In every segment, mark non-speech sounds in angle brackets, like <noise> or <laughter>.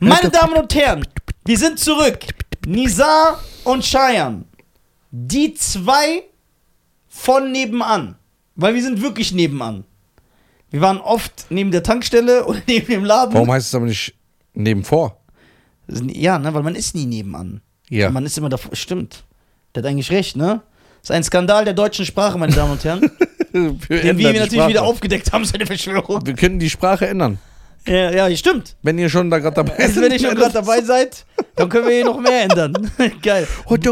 Meine Damen und Herren, wir sind zurück. Nizar und Cheyenne. Die zwei von nebenan. Weil wir sind wirklich nebenan. Wir waren oft neben der Tankstelle <laughs> oder neben dem Laden. Warum heißt es aber nicht nebenvor? Ja, ne, weil man ist nie nebenan. Ja. Man ist immer davor. Stimmt. Der hat eigentlich recht, ne? Ist ein Skandal der deutschen Sprache, meine Damen und <laughs> Herren. <laughs> Wir, den ändern die wir natürlich Sprache. wieder aufgedeckt haben, seine Verschwörung. <laughs> Wir können die Sprache ändern. Ja, ja, stimmt. Wenn ihr schon da gerade dabei seid. Wenn ihr schon gerade dabei seid, dann können wir hier noch mehr ändern. <laughs> Geil. The King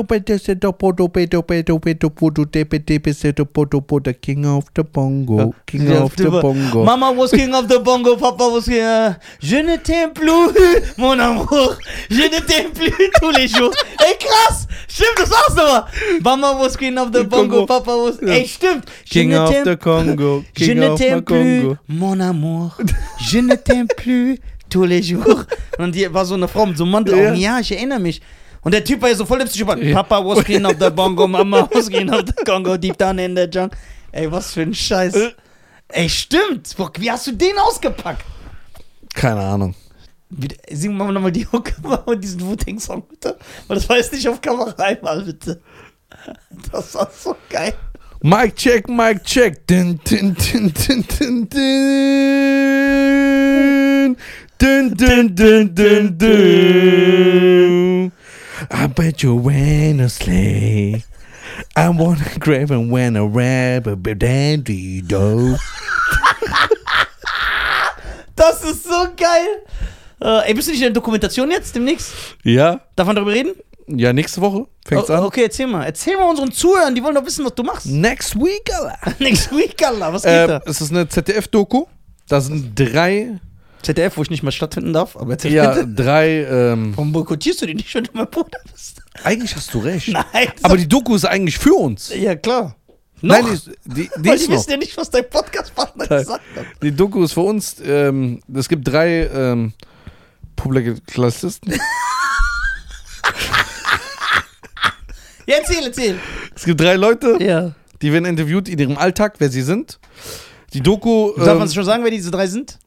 of the Bongo, King Ja, of the super. Bongo. Euh, Mama was King of the Bongo, Papa was King. äh, Je ne t'aime plus, <laughs> mon amour. Je ne t'aime plus tous les jours. Ey, krass. Stimmt, das war's nochmal. Mama was King of the Bongo, Bongo. Papa was. Ja. Ey, stimmt. Je Euh, King ne of t'aime- the Congo, Je King ne of the t'aime plus, Congo. mon amour. Je ne t'aime plus tous les jours. <laughs> Und die war so eine Frau mit so einem Mantel. Ja. Ja. ja, ich erinnere mich. Und der Typ war ja so voll lipstisch über. Ja. Papa <laughs> was clean of the Bongo, Mama was clean of the Congo, deep down in the junk. Ey, was für ein Scheiß. Äh. Ey, stimmt. Bock, Wie hast du den ausgepackt? Keine Ahnung. Wie- Singen wir mal nochmal die Hook <laughs> und diesen Wu-Tang-Song, bitte. Weil das war jetzt nicht auf Kamera einmal, bitte. Das war so geil. Mike check, Mike check. Din, din, din, din, din, din. Din, din, din, din, din. I bet you when a sleigh. I wanna grab and when a rabbit, but dandy do. Das ist so geil. Äh, ey, bist du nicht in der Dokumentation jetzt demnächst? Ja, Darf man darüber reden? ja, nächste Woche fängt's O- an. Oh, Hm. Okay, erzähl mal. Erzähl mal unseren Zuhörern, die wollen doch wissen, was du machst. <laughs> Next week, Alter. Next week, Alter, was geht Äh, da? es ist eine ZDF-Doku. Da sind drei, ZDF, wo ich nicht mal stattfinden darf, aber erzähl ja, bitte. drei, ähm, Warum boykottierst du die nicht, wenn du mein Bruder bist? <laughs> eigentlich hast du recht. Nein. Aber die Doku ist eigentlich für uns. <laughs> ja, klar. Noch? Nein, die, ist- die, die Weil die ist noch. wissen ja nicht, was dein Podcast-Partner Nein. gesagt hat. Die Doku ist für uns. Ähm, es gibt drei ähm, Publiklassisten. Ja, erzähl, erzähl. es gibt drei Leute, Ja. die werden interviewt in ihrem Alltag, wer sie sind. Die Doku. Darf ähm, man schon sagen, wer diese drei sind?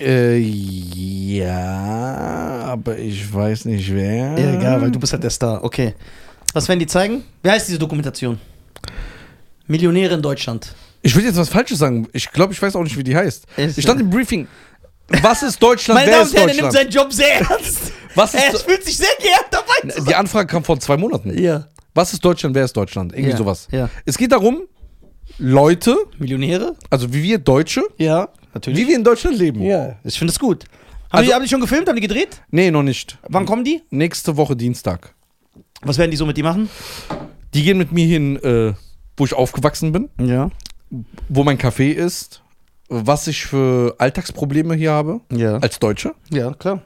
äh, ja, aber ich weiß nicht wer. bist halt der Star. Okay. Was werden die zeigen? Wer heißt diese Dokumentation? Millionäre in Deutschland. Ich will jetzt was Falsches sagen. Ich glaube, ich weiß auch nicht, wie die heißt. Ist- ich stand im Briefing. Was ist Deutschland? Meine wer Damen und ist Herren, er nimmt Deutschland? seinen Job sehr <laughs> ernst. Was Er ist, Ne, fühlt sich sehr geehrt dabei zu die Anfrage kam vor zwei Monaten. sein. Ja. Was ist Deutschland? Wer ist Deutschland? Irgendwie Ja, sowas. ja. Es geht darum, Leute, Millionäre? also wie wir Deutsche, Ja, natürlich. wie wir in Deutschland leben. Ja. Ich finde es gut. Haben, Also- die, haben die schon gefilmt? Haben die gedreht? Nee, noch nicht. Wann kommen die? Nächste Woche Dienstag. Was werden die so mit dir machen? Die gehen mit mir hin, äh, wo ich aufgewachsen bin, Ja. wo mein Café ist, was ich für Alltagsprobleme hier habe Ja. als Deutsche. Ja, klar.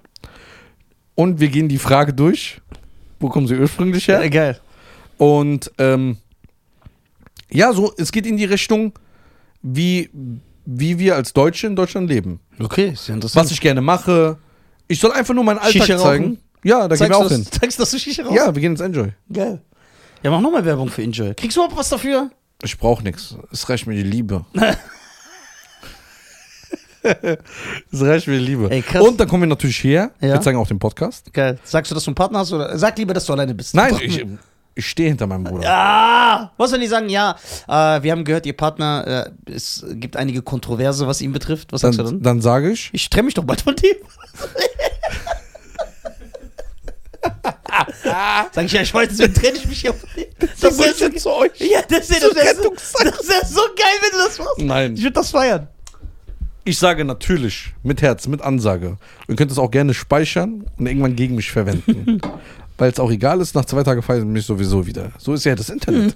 Und wir gehen die Frage durch, wo kommen sie ursprünglich Ja, her? Äh, geil. Und ähm, ja, so, es geht in die Richtung, wie, wie wir als Deutsche in Deutschland leben. Okay, ist ja interessant. was ich gerne mache. Ich soll einfach nur meinen Alltag Shisha zeigen. rauchen? Ja, da gehen wir auch hin. Zeigst du das Shisha raus? Ja, wir gehen ins Enjoy. Geil. Ja, mach nochmal Werbung für Enjoy. Kriegst du überhaupt was dafür? Ich brauche nichts. Es reicht mir die Liebe. <laughs> es reicht mir die Liebe. Ey, krass. Und dann kommen wir natürlich her. Ja. Wir zeigen auch den Podcast. Geil. Sagst du, dass du einen Partner hast oder sag lieber, dass du alleine bist? Nein, ich, ich stehe hinter meinem Bruder. Ah, was sollen die sagen? Ja, äh, wir haben gehört, ihr Partner, äh, es gibt einige Kontroverse, was ihn betrifft. Was sagst du Dann, dann? dann sage ich, Ich trenne mich doch bald von dir. Sag ich ja, ich weiß, deswegen trenne ich mich ja von dir. Das wär so, zu euch. ja, das wäre Zur das wär so, Rettungszeit. das wär so geil, wenn du das machst. Nein. Ich würde das feiern. Ich sage natürlich, mit Herz, mit Ansage. Ihr könnt es auch gerne speichern und irgendwann gegen mich verwenden. Weil es auch egal ist, nach zwei Tagen feiern mich sowieso wieder. So ist ja das Internet.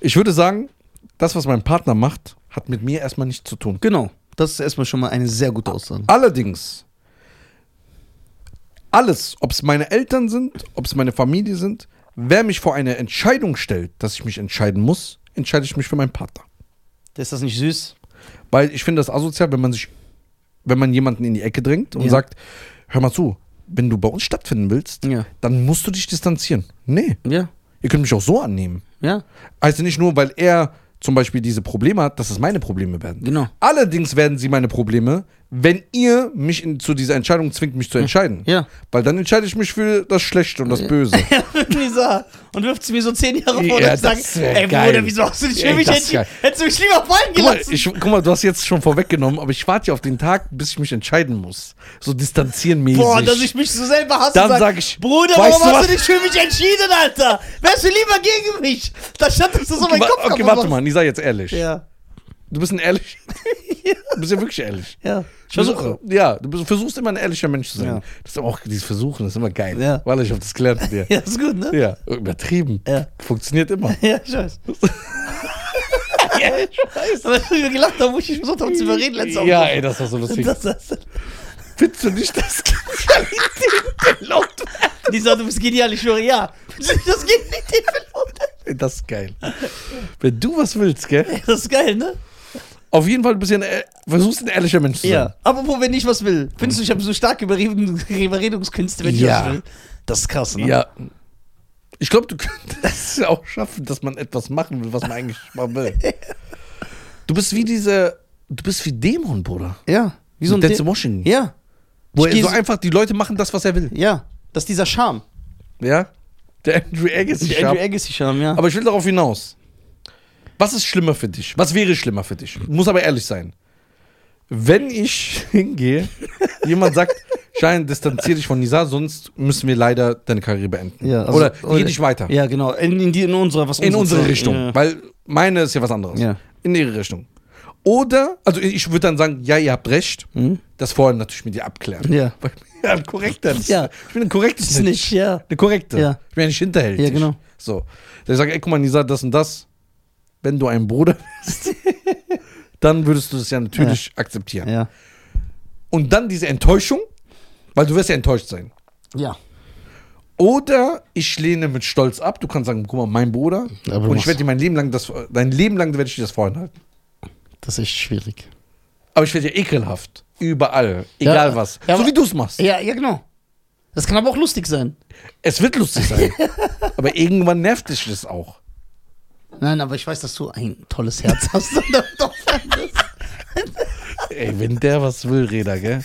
Ich würde sagen, das, was mein Partner macht, hat mit mir erstmal nichts zu tun. Genau. Das ist erstmal schon mal eine sehr gute Aussage. Allerdings, alles, ob es meine Eltern sind, ob es meine Familie sind, wer mich vor eine Entscheidung stellt, dass ich mich entscheiden muss, entscheide ich mich für meinen Partner. Ist das nicht süß? Weil ich finde das asozial, wenn man sich, wenn man jemanden in die Ecke drängt und Ja. sagt, hör mal zu, wenn du bei uns stattfinden willst, Ja. dann musst du dich distanzieren. Nee, Ja, ihr könnt mich auch so annehmen. ja. <laughs> Also nicht nur, weil er zum Beispiel diese Probleme hat, dass es meine Probleme werden. Genau. Allerdings werden sie meine Probleme, wenn ihr mich in, zu dieser Entscheidung zwingt, mich zu entscheiden. Ja. Äh. Weil dann entscheide ich mich für das Schlechte und das <laughs> Böse. Nisa. Und wirft sie mir so zehn Jahre vor Ja, und sagt, das wär ey geil. Bruder, wieso hast du dich für Ey, mich das ist entschieden? geil. Hättest du mich lieber fallen Guck mal, gelassen? ich, guck mal, du hast jetzt schon vorweggenommen, aber ich warte ja auf den Tag, bis ich mich entscheiden muss. So distanzieren mäßig. Boah, dass ich mich so selber hasse Dann und sag ich, Bruder, weißt warum du hast was? du dich für mich entschieden, Alter? Wärst du lieber gegen mich? Da stand das so okay, mein wa- Kopf okay, kaputt warte macht. mal, Nisa, jetzt ehrlich. Ja, Du bist <laughs> ein ehrlich. Du bist ja wirklich ehrlich. ja. Ich Versuche. versuche. Ja, du bist, versuchst immer ein ehrlicher Mensch zu sein. Ja. Das ist aber auch dieses Versuchen, das ist immer geil. Ja. Weil ich habe das gelernt mit dir. Ja, ist gut, ne? Ja, übertrieben. Ja. Funktioniert immer. Ja, ich <laughs> weiß. ja, ich weiß. Aber wenn wir gelacht haben, muss ich versucht haben <laughs> zu überreden letzte Woche. Ja, ey, das war so lustig. das, das. findest du nicht, dass Kriminalität gelobt wird? Die sagt, du bist genial, ich schwöre, ja. Das geht nicht den verloren. Ey, Das ist geil. Wenn du was willst, gell? Das ist geil, ne? Auf jeden Fall, du bist ja ein, ehr- versuchst ein ehrlicher Mensch zu sein. Ja. Apropos, wenn ich was will. Findest du, ich habe so starke Überreden- Überredungskünste, wenn ich Ja. was will? Das ist krass, ne? Ja. Ich glaube, du könntest <laughs> es ja auch schaffen, dass man etwas machen will, was <laughs> man eigentlich nicht machen will. Du bist wie dieser, du bist wie Dämon, Bruder. Ja. Wie so ein Denzel De- Washington. Ja. Wo Ich er geh so so- einfach, die Leute machen das, was er will. Ja. Das ist dieser Charme. Ja? Der Andrew Agassi. Der Andrew Sharp. Agassi-Charme, ja. Aber ich will darauf hinaus. Was ist schlimmer für dich? Was wäre schlimmer für dich? Muss aber ehrlich sein. Wenn ich <laughs> hingehe, <laughs> jemand sagt, Schein, distanziere dich von Nisa, sonst müssen wir leider deine Karriere beenden. ja, also- oder geh nicht weiter. Ja, genau. In, in, die, in unsere, was In unsere Zeit- Richtung. Ja. Weil meine ist ja was anderes. Ja. In ihre Richtung. Oder, also ich würde dann sagen, ja, ihr habt recht. Das vorher natürlich mit dir abklären. Hm? Ja. <laughs> Weil ich bin ja ein korrekter. Ja. Ich bin ein korrektes Ist nicht, ja. Eine korrekte. Ja. Ich bin ja nicht hinterhältig. Ja, genau. So. Der sagt, ey, guck mal, Nisa, das und das. Wenn du ein Bruder bist, <laughs> dann würdest du das ja natürlich akzeptieren. Ja. Und dann diese Enttäuschung, weil du wirst ja enttäuscht sein. Ja. Oder ich lehne mit Stolz ab. Du kannst sagen, guck mal, mein Bruder. Ja, aber du und ich machst- werde dir mein Leben lang das, dein Leben lang werde ich dir das vorenthalten. Das ist echt schwierig. Aber ich werde ja ekelhaft. Überall. Egal Ja, was. ja, so aber- wie du es machst. Ja, ja, genau. Das kann aber auch lustig sein. Es wird <laughs> lustig sein. aber irgendwann nervt dich das auch. Nein, aber ich weiß, dass du ein tolles Herz hast. <laughs> und damit aufhören wirst. Ey, wenn der was will, Reda, gell?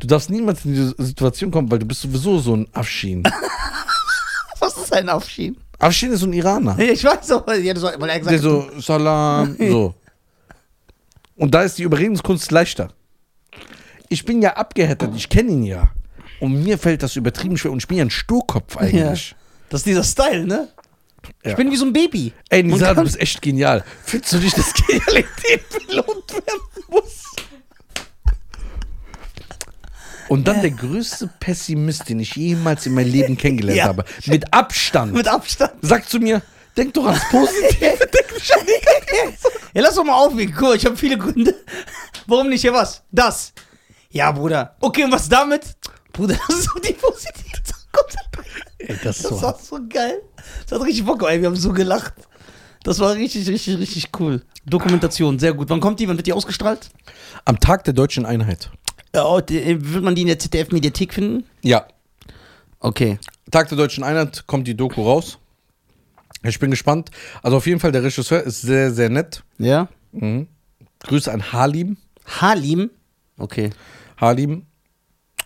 Du darfst niemals in diese Situation kommen, weil du bist sowieso so ein Afshin. was ist ein Aufschieben? Afshin ist so ein Iraner. Ich weiß aber, ja, das war, weil er gesagt Der hat, so, <laughs> Salam, so. Und da ist die Überredungskunst leichter. Ich bin ja abgehärtet, ich kenne ihn ja. Und mir fällt das übertrieben schwer und ich bin ja ein Sturkopf ja. eigentlich. das ist dieser Style, ne? Ja. Ich bin wie so ein Baby. Ey, Man Nisa, du kann- <laughs> bist echt genial. Findest du nicht, dass Genialität belohnt werden muss? Und dann der größte Pessimist, den ich jemals in meinem Leben kennengelernt Ja. habe. Mit Abstand. Mit Abstand. sagt zu mir, denk doch <laughs> ans Positive. Ja, lass doch mal aufwiegen. Guck mal, ich habe viele Gründe. Warum nicht hier was? Das. Ja, Bruder. Okay, und was damit? Bruder, das ist so die positive Ey, das ist Das so. war so geil. Das hat richtig Bock, ey. Wir haben so gelacht. Das war richtig, richtig, richtig cool. Dokumentation, sehr gut. Wann kommt die? Wann wird die ausgestrahlt? Am Tag der deutschen Einheit. Ja, oh, die- wird man die in der ZDF-Mediathek finden? Ja, Okay. Tag der deutschen Einheit kommt die Doku raus. Ich bin gespannt. Also auf jeden Fall, der Regisseur ist sehr, sehr nett. Ja? Grüße an Halim. Halim? Okay. Halim.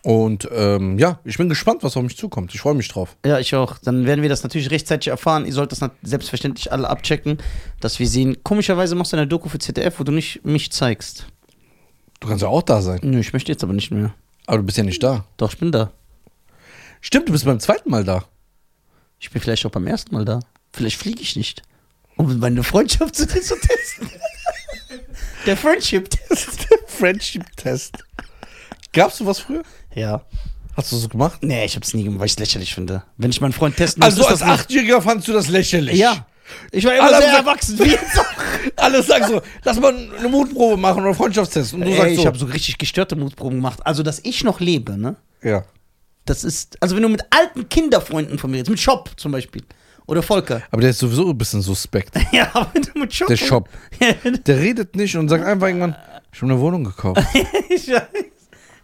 Und ähm, ja, ich bin gespannt, was auf mich zukommt. Ich freue mich drauf. Ja, ich auch. Dann werden wir das natürlich rechtzeitig erfahren. Ihr sollt das nat- selbstverständlich alle abchecken, dass wir sehen. Komischerweise machst du eine Doku für ZDF, wo du nicht mich zeigst. Du kannst ja auch da sein. Nö, ich möchte jetzt aber nicht mehr. Aber du bist ja nicht da. Doch, ich bin da. Stimmt, du bist beim zweiten Mal <laughs> da. Ich bin vielleicht auch beim ersten Mal da. Vielleicht fliege ich nicht. Um meine Freundschaft zu, zu testen. <laughs> Der Friendship-Test. Friendship-Test. Gab's du was früher? Ja. Hast du so gemacht? Nee, ich hab's nie gemacht, weil ich's lächerlich finde. Wenn ich meinen Freund testen muss, Also ist als das nicht- Achtjähriger fandst du das lächerlich. Ja. Ich war immer Alle sehr haben erwachsen. <laughs> Wie jetzt auch. Alle sagen so, lass mal eine Mutprobe machen oder einen Freundschaftstest. Und du Ey, ich sagst habe so richtig gestörte Mutproben gemacht. Also, dass ich noch lebe, ne? so. Ja. Das ist, also wenn du mit alten Kinderfreunden von mir redest, mit Shop zum Beispiel. Oder Volker. <laughs> Aber der ist sowieso ein bisschen suspekt. Ja, aber wenn du mit Shop. Der Shop. Der redet nicht und sagt einfach irgendwann, ich habe eine <laughs> Wohnung gekauft. <laughs> ich weiß.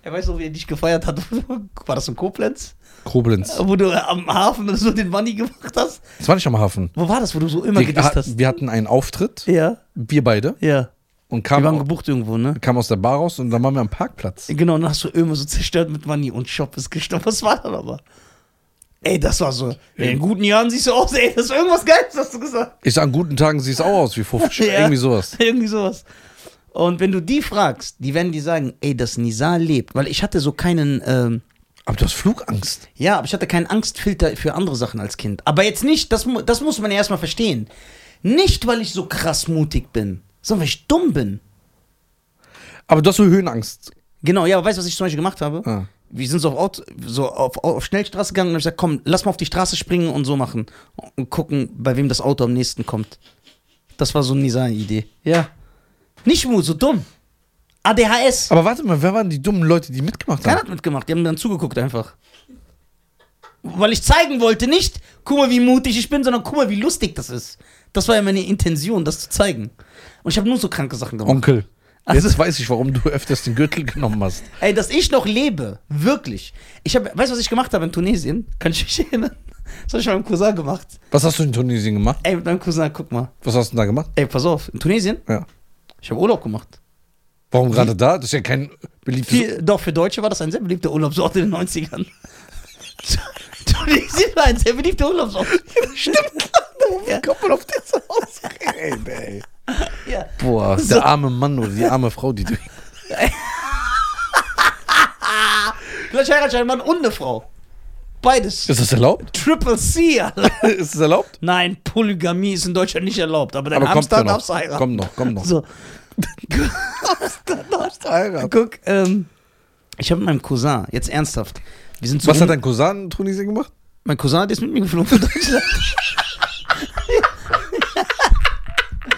Er weiß noch, wie er dich gefeiert hat. <laughs> War das in Koblenz? Koblenz. Wo du am Hafen so den Money gemacht hast? Das war nicht am Hafen. Wo war das, wo du so immer Wir, gedisst hast? wir hatten einen Auftritt, Ja, wir beide. ja. und Wir kam, waren au- gebucht irgendwo, ne? kam aus der Bar raus und dann waren wir am Parkplatz. Genau, und dann hast du immer so zerstört mit Money und Shop ist gestorben. Was war das aber? Ey, das war so. Ey, in guten Jahren siehst du aus, ey, das ist irgendwas Geiles, hast du gesagt. Ich sag, an guten Tagen siehst du auch aus <laughs> wie 50. Ja. Irgendwie sowas. Irgendwie sowas. Und wenn du die fragst, die werden dir sagen, ey, dass Nizar lebt. Weil ich hatte so keinen, ähm, Aber du hast Flugangst. Ja, aber ich hatte keinen Angstfilter für andere Sachen als Kind. Aber jetzt nicht, das, mu- das muss man ja erstmal verstehen. Nicht, weil ich so krass mutig bin, sondern weil ich dumm bin. Aber du hast so Höhenangst. Genau, ja, aber weißt du, was ich zum Beispiel gemacht habe? Ah. Wir sind so, auf, Auto, so auf, auf Schnellstraße gegangen und hab gesagt, komm, lass mal auf die Straße springen und so machen. Und gucken, bei wem das Auto am nächsten kommt. Das war so eine Idee. Ja. Nicht Mut, so dumm. ADHS. Aber warte mal, wer waren die dummen Leute, die mitgemacht Keiner haben? hat mitgemacht, die haben dann zugeguckt einfach. Weil ich zeigen wollte, nicht, guck mal, wie mutig ich bin, sondern guck mal, wie lustig das ist. Das war ja meine Intention, das zu zeigen. Und ich habe nur so kranke Sachen gemacht. Onkel. Also- Jetzt weiß ich, warum du öfters den Gürtel genommen hast. Ey, dass ich noch lebe, wirklich. Ich habe, weißt du, was ich gemacht habe in Tunesien? Kann ich mich erinnern? Das habe ich mit meinem Cousin gemacht. Was hast du in Tunesien gemacht? Ey, mit meinem Cousin, guck mal. Was hast du denn da gemacht? Ey, pass auf, in Tunesien, Ja. ich habe Urlaub gemacht. Warum gerade da? Das ist ja kein beliebtes. Viel, doch, für Deutsche war das ein sehr beliebter Urlaubsort in den 90ern. <laughs> Tunesien war ein sehr beliebter Urlaubsort. Stimmt. <laughs> Ja. kommt man auf <laughs> das aus? Ey, ey. Ja. Boah, So. der arme Mann oder die arme Frau, die du. Vielleicht heiratet ich einen Mann und eine Frau. Beides. Ist das erlaubt? Triple C, Alter. ist das erlaubt? Nein, Polygamie ist in Deutschland nicht erlaubt, aber dein Aber kommt Hamster ja noch. darfst du heiraten. Kommt noch, kommt noch. So, guck, ähm, ich habe mit meinem Cousin, jetzt ernsthaft, wir sind so Was hat rum- dein Cousin in Tunesien gemacht? mein Cousin hat jetzt mit mir geflogen von Deutschland.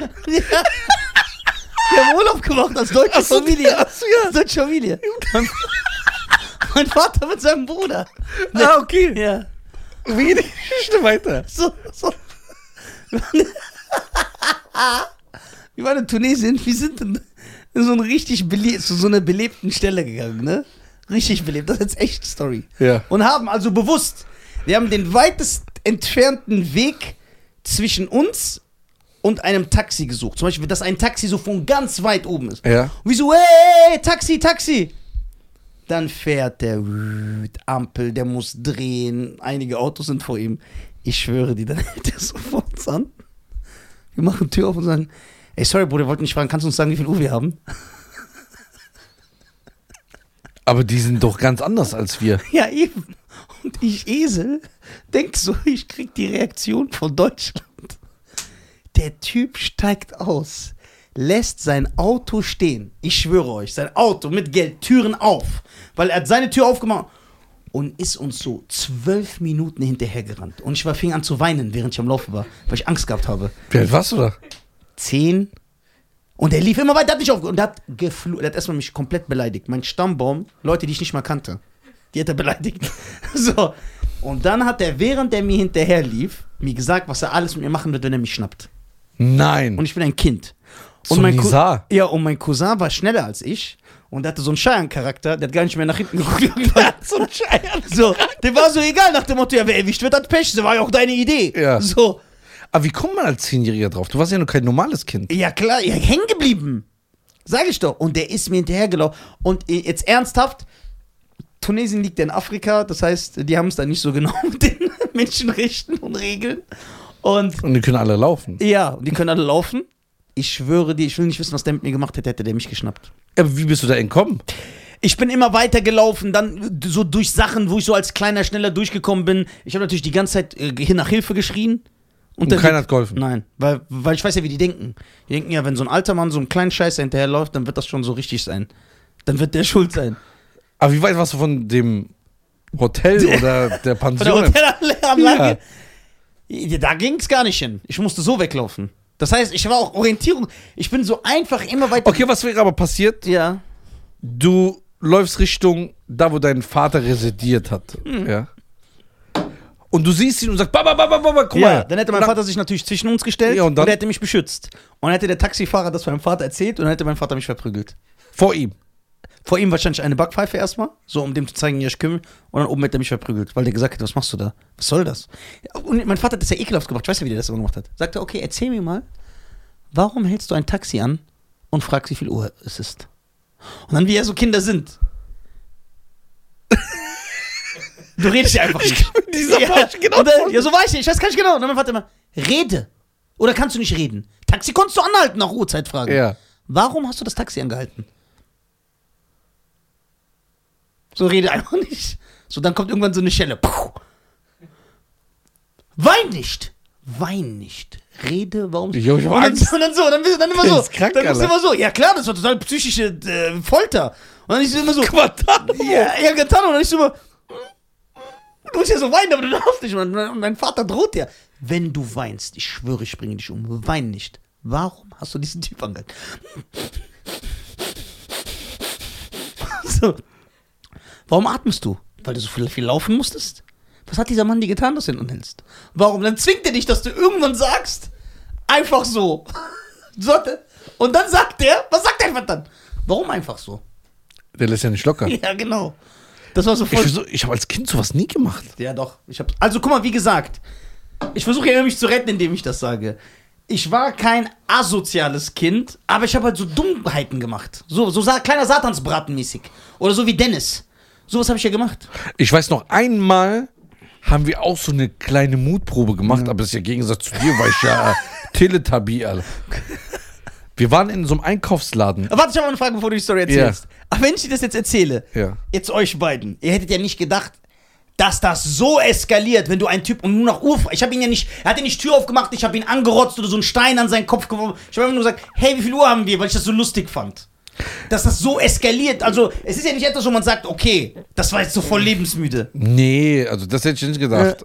ja. Wir haben Urlaub gemacht als deutsche Familie. Ach so, ja. Als deutsche Familie. Mein, <laughs> mein Vater mit seinem Bruder. Ah, okay. Ja. Wie geht die Geschichte weiter? So, so. Wir waren in Tunesien, wir sind in, in so eine richtig bele zu so einer belebten Stelle gegangen, ne? Richtig belebt, das ist jetzt echt Story. Ja. Und haben also bewusst, wir haben den weitest entfernten Weg zwischen uns und einem Taxi gesucht. Zum Beispiel, dass ein Taxi so von ganz weit oben ist. Ja. Und wir so, hey, Taxi, Taxi. Dann fährt der Rüd, Ampel, der muss drehen. Einige Autos sind vor ihm. Ich schwöre dir, dann <laughs> hält er sofort uns an. Wir machen Tür auf und sagen, ey, sorry, Bruder, wir wollten nicht fragen, kannst du uns sagen, wie viel Uhr wir haben? Aber die sind doch ganz anders als wir. <laughs> Ja, eben. Und ich, Esel, denk so, ich krieg die Reaktion von Deutschland. Der Typ steigt aus, lässt sein Auto stehen. Ich schwöre euch, sein Auto mit Geld, Türen auf. Weil er hat seine Tür aufgemacht und ist uns so zwölf Minuten hinterhergerannt. Und ich war, fing an zu weinen, während ich am Laufen war, weil ich Angst gehabt habe. Wie alt warst du da? Zehn. Und er lief immer weiter, hat nicht aufgehört. Und er hat, geflu er hat erstmal mich komplett beleidigt. Mein Stammbaum, Leute, die ich nicht mal kannte, die hat er beleidigt. <laughs> So. Und dann hat er, während er mir hinterher lief, mir gesagt, was er alles mit mir machen wird, wenn er mich schnappt. Nein. Und ich bin ein Kind. Und So mein Cou- Nizar. ja, und mein Cousin war schneller als ich. Und der hatte so einen Scheiern-Charakter, der hat gar nicht mehr nach hinten <laughs> <laughs> geguckt. so ein Scheiß. so, dem war so egal nach dem Motto, ja, wer erwischt wird, hat Pech. Das war ja auch deine Idee. Ja. So, Aber wie kommt man als Zehnjähriger drauf? Du warst ja nur kein normales Kind. Ja, klar, ja, hängen geblieben. Sag ich doch. Und der ist mir hinterhergelaufen. Und äh, jetzt ernsthaft, Tunesien liegt ja in Afrika, das heißt, die haben es da nicht so genau <laughs> mit den Menschenrechten und Regeln. Und Und die können alle laufen. ja, und die können alle laufen. Ich schwöre dir, ich will nicht wissen, was der mit mir gemacht hätte, hätte der mich geschnappt. Aber wie bist du da entkommen? Ich bin immer weiter gelaufen, dann so durch Sachen, wo ich so als kleiner schneller durchgekommen bin. Ich habe natürlich die ganze Zeit äh, hin nach Hilfe geschrien. Und dann- keiner hat geholfen. Nein, weil, weil ich weiß ja, wie die denken. Die denken ja, wenn so ein alter Mann so einen kleinen Scheiß hinterherläuft, dann wird das schon so richtig sein. Dann wird der <laughs> schuld sein. Aber wie weit warst du von dem Hotel <laughs> oder der Von der Pension? Hotelanlage. Ja. Da ging es gar nicht hin. Ich musste so weglaufen. Das heißt, ich war auch Orientierung. Ich bin so einfach immer weiter. okay, was wäre aber passiert? Ja. Du läufst Richtung da, wo dein Vater residiert hat. Hm. Ja. Und du siehst ihn und sagst, Baba, Baba, Baba, guck ja, mal. dann hätte mein Und Vater sich natürlich zwischen uns gestellt Ja, und und, dann- er hätte mich beschützt. Und dann hätte der Taxifahrer das meinem Vater erzählt und dann hätte mein Vater mich verprügelt. Vor ihm. Vor ihm wahrscheinlich eine Backpfeife erstmal, so um dem zu zeigen, ja, ich kümmere. Und dann oben hat er mich verprügelt, weil der gesagt hat, was machst du da? Was soll das? Und mein Vater hat das ja ekelhaft gemacht. Ich weiß ja, wie der das immer gemacht hat. Sagt er, okay, erzähl mir mal, warum hältst du ein Taxi an und fragst, wie viel Uhr es ist. Und dann, wie ja so Kinder sind. <laughs> du redest ja einfach nicht. mit dieser ja, Falsche genau und dann, vorstellen. ja, so war ich nicht. Ich weiß gar nicht genau. Und dann mein Vater immer, rede. Oder kannst du nicht reden? Taxi konntest du anhalten, nach Uhrzeit fragen. Ja. Warum hast du das Taxi angehalten? So rede einfach <laughs> nicht. So, dann kommt irgendwann so eine Schelle. Puh. Wein nicht. Wein nicht. Rede, warum Ich hab- ich hab und, dann, Angst. und dann so, dann, bist- dann immer Der so. <laughs> ist krank, dann bist du Alter. immer so. Ja klar, das war total psychische äh, Folter. Und dann ist es immer so. Quadrant. Ja, ja, getan. Und dann ist es immer. Du musst ja so weinen, aber du darfst nicht. Und mein- mein Vater droht dir. Wenn du weinst, ich schwöre, ich bringe dich um. Wein nicht. Warum hast du diesen Typ angehalten? <laughs> so. Warum atmest du? Weil du so viel, viel laufen musstest? Was hat dieser Mann dir getan, dass du ihn anhältst? Warum? Dann zwingt er dich, dass du irgendwann sagst, einfach so. Sollte. Und dann sagt er, was sagt der verdammt? Warum einfach so? Der lässt ja nicht locker. <laughs> Ja, genau. Das war so Ich, voll. versuch- ich habe als Kind sowas nie gemacht. ja, doch. Ich hab, also, guck mal, wie gesagt, ich versuche ja immer, mich zu retten, indem ich das sage. Ich war kein asoziales Kind, aber ich habe halt so Dummheiten gemacht. So, so sa kleiner Satansbratenmäßig. Oder so wie Dennis. Sowas habe ich ja gemacht. Ich weiß noch, einmal haben wir auch so eine kleine Mutprobe gemacht, aber das ist ja im Gegensatz zu dir, war ich <laughs> ja äh, Teletubby, Alter. Wir waren in so einem Einkaufsladen. Warte, ich habe mal eine Frage, bevor du die Story erzählst. Aber wenn ich dir das jetzt erzähle, Ja. jetzt euch beiden, ihr hättet ja nicht gedacht, dass das so eskaliert, wenn du einen Typ und nur nach Uhr. Ich habe ihn ja nicht, er hat ja nicht Tür aufgemacht, ich habe ihn angerotzt oder so einen Stein an seinen Kopf geworfen. Ich habe einfach nur gesagt, hey, wie viel Uhr haben wir, weil ich das so lustig fand. Dass das so eskaliert. Also, es ist ja nicht etwas, wo man sagt, okay, das war jetzt so voll lebensmüde. Nee, also das hätte ich nicht gedacht.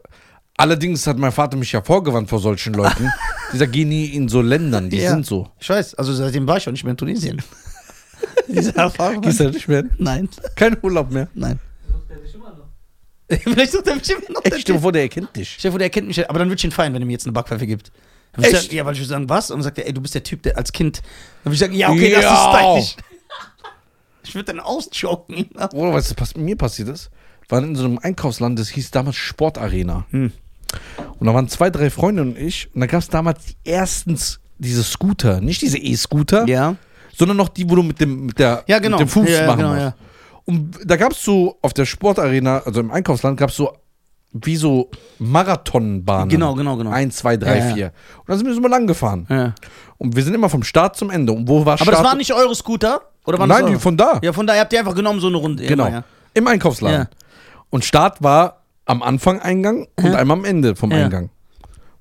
Allerdings hat mein Vater mich ja vorgewandt vor solchen <laughs> Leuten. Dieser gehen nie in so Ländern, die sind so. Ich weiß, also seitdem war ich auch nicht mehr in Tunesien. <laughs> Diese Erfahrung. Gehst du da nicht mehr? hin? Nein, Kein Urlaub mehr. nein. Sucht er dich immer noch? <laughs> Vielleicht sucht er mich immer noch. Echt, stell dir vor, der erkennt dich. Stell dir vor, der erkennt mich, ja, aber dann würde ich ihn feiern, wenn er mir jetzt eine Backpfeife gibt. Dann würd ich Echt? Sagen, ja, weil ich würde sagen, was? Und dann sagt er, ey, du bist der Typ, der als Kind. Dann würde ich sagen, ja, okay, das Ja. ist dein. <laughs> Ich würde dann ausjoken. Oder weißt du, was mir passiert ist? Wir waren in so einem Einkaufsland, das hieß damals Sportarena. Hm. Und da waren zwei, drei Freunde und ich. Und da gab es damals erstens diese Scooter, nicht diese E-Scooter, Ja. sondern noch die, wo du mit dem, mit der, Ja, genau. mit dem Fuß Ja, ja, machen genau, musst. ja. Und da gab es so auf der Sportarena, also im Einkaufsland, gab es so wie so Marathonbahnen. Genau, genau, genau. Eins, zwei, drei, Ja, ja. vier. Und da sind wir so mal lang gefahren. ja. Und wir sind immer vom Start zum Ende. Und wo war Aber Start? das waren nicht eure Scooter? Oder waren Nein, das die eure? von da. Ja, von daher habt ihr einfach genommen so eine Runde. Genau. Ja, Im Einkaufsladen. Und Start war am Anfang Eingang und einmal am Ende vom Ja. Eingang.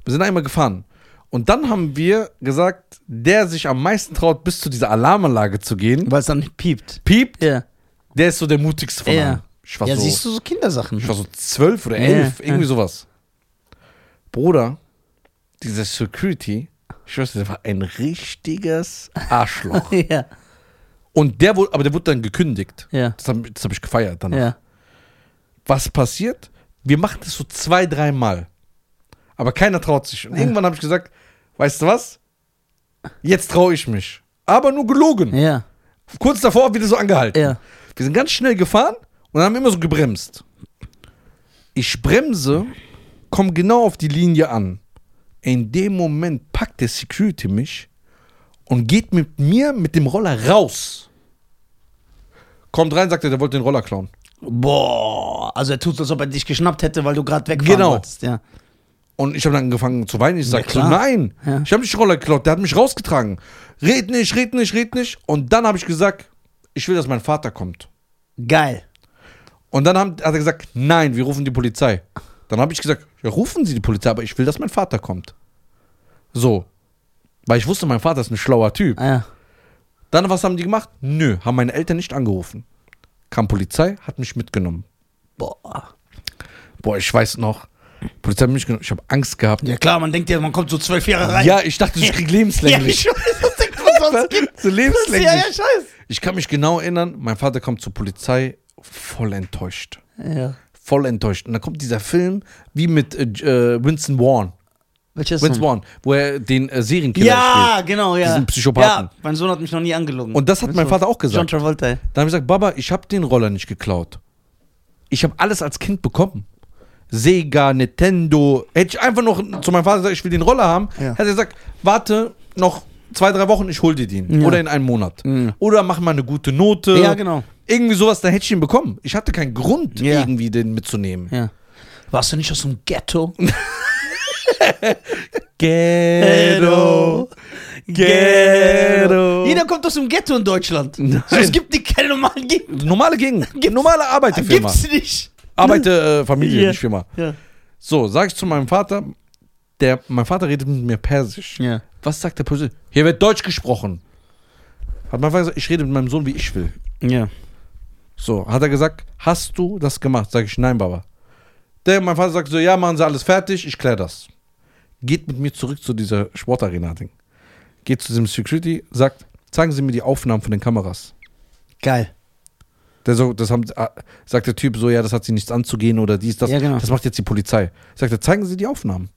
Wir sind einmal gefahren. Und dann haben wir gesagt, der sich am meisten traut, bis zu dieser Alarmanlage zu gehen, Weil es dann nicht piept. piept, Ja. der ist so der mutigste von allen. Ja. oh Ich war, Ja, so, siehst du, so Kindersachen. ich war so zwölf oder Ja, elf, ja. irgendwie sowas. Bruder, dieser Security, ich weiß nicht, der war ein richtiges <laughs> Arschloch. ja. und der wurde, aber der wurde dann gekündigt. Ja. Das habe hab ich gefeiert danach. Ja. was passiert? Wir machen das so zwei, dreimal. Aber keiner traut sich. Und irgendwann habe ich gesagt, weißt du was? Jetzt traue ich mich. Aber nur gelogen. Ja. Kurz davor hab ich wieder so angehalten. Ja. Wir sind ganz schnell gefahren und haben immer so gebremst. Ich bremse, komme genau auf die Linie an. In dem Moment packt der Security mich und geht mit mir mit dem Roller raus. Kommt rein, sagt er, der wollte den Roller klauen. Boah. Also er tut so, als ob er dich geschnappt hätte, weil du gerade wegfahren Genau. wolltest. Ja. Und ich habe dann angefangen zu weinen. Ich sage so, klar. nein, Ja. ich habe nicht Roller geklaut. Der hat mich rausgetragen. Red nicht, red nicht, red nicht. Und dann habe ich gesagt, ich will, dass mein Vater kommt. Geil. Und dann haben, hat er gesagt, nein, wir rufen die Polizei. Dann habe ich gesagt, ja, rufen Sie die Polizei, aber ich will, dass mein Vater kommt. So. Weil ich wusste, mein Vater ist ein schlauer Typ. ah, Ja. Dann, was haben die gemacht? Nö, haben meine Eltern nicht angerufen. Kam Polizei, hat mich mitgenommen. Boah. Boah, ich weiß noch. Polizei hat mich genommen. Ich habe Angst gehabt. Ja klar, man denkt ja, man kommt so zwölf Jahre rein. Ja, ich dachte, ich krieg lebenslänglich. <laughs> Ja, ich weiß, das denkt man sonst gibt. so lebenslänglich. Ja, ja, scheiß. Ich kann mich genau erinnern, mein Vater kommt zur Polizei voll enttäuscht. Ja. Voll enttäuscht. Und dann kommt dieser Film wie mit äh, J- äh, Winston Warn. Welches Winston Warn, wo er den äh, Serienkiller Ja, spielt. genau, ja. Diesen Psychopathen. Ja, mein Sohn hat mich noch nie angelogen. Und das hat Weißt mein du? Vater auch John gesagt. Travolta. ey. Dann habe ich gesagt, Baba, ich habe den Roller nicht geklaut. Ich habe alles als Kind bekommen. Sega, Nintendo. Hätte ich einfach noch zu meinem Vater gesagt, ich will den Roller haben, Ja. hätte er gesagt, warte noch zwei, drei Wochen, ich hol dir den. Ja. Oder in einem Monat. Mhm. Oder mach mal eine gute Note. Ja, genau. Irgendwie sowas, dann hätte ich ihn bekommen. Ich hatte keinen Grund, Ja. irgendwie den mitzunehmen. Ja. Warst du nicht aus dem Ghetto? Ghetto. Jeder kommt aus dem Ghetto in Deutschland. So, es gibt die keine normalen Gegend. <laughs> Normale Gegend. Normale Arbeiterfirma. Gibt's nicht. Arbeiter, äh, Familie, Ja. nicht Firma. Ja. So, sag ich zu meinem Vater, der, mein Vater redet mit mir Persisch. Ja. Was sagt der Persisch? Hier wird Deutsch gesprochen. Hat mein Vater gesagt, ich rede mit meinem Sohn, wie ich will. Ja. So, hat er gesagt, hast du das gemacht? Sag ich, nein, Baba. Der, mein Vater sagt so, ja, machen Sie alles fertig, ich kläre das. Geht mit mir zurück zu dieser Sportarena-Ding. Geht zu diesem Security, sagt, zeigen Sie mir die Aufnahmen von den Kameras. Geil. Der so, das haben, ah, sagt der Typ so, ja, das hat sie nichts anzugehen oder dies, das. Ja, genau. Das macht jetzt die Polizei. Sagt er, zeigen Sie die Aufnahmen.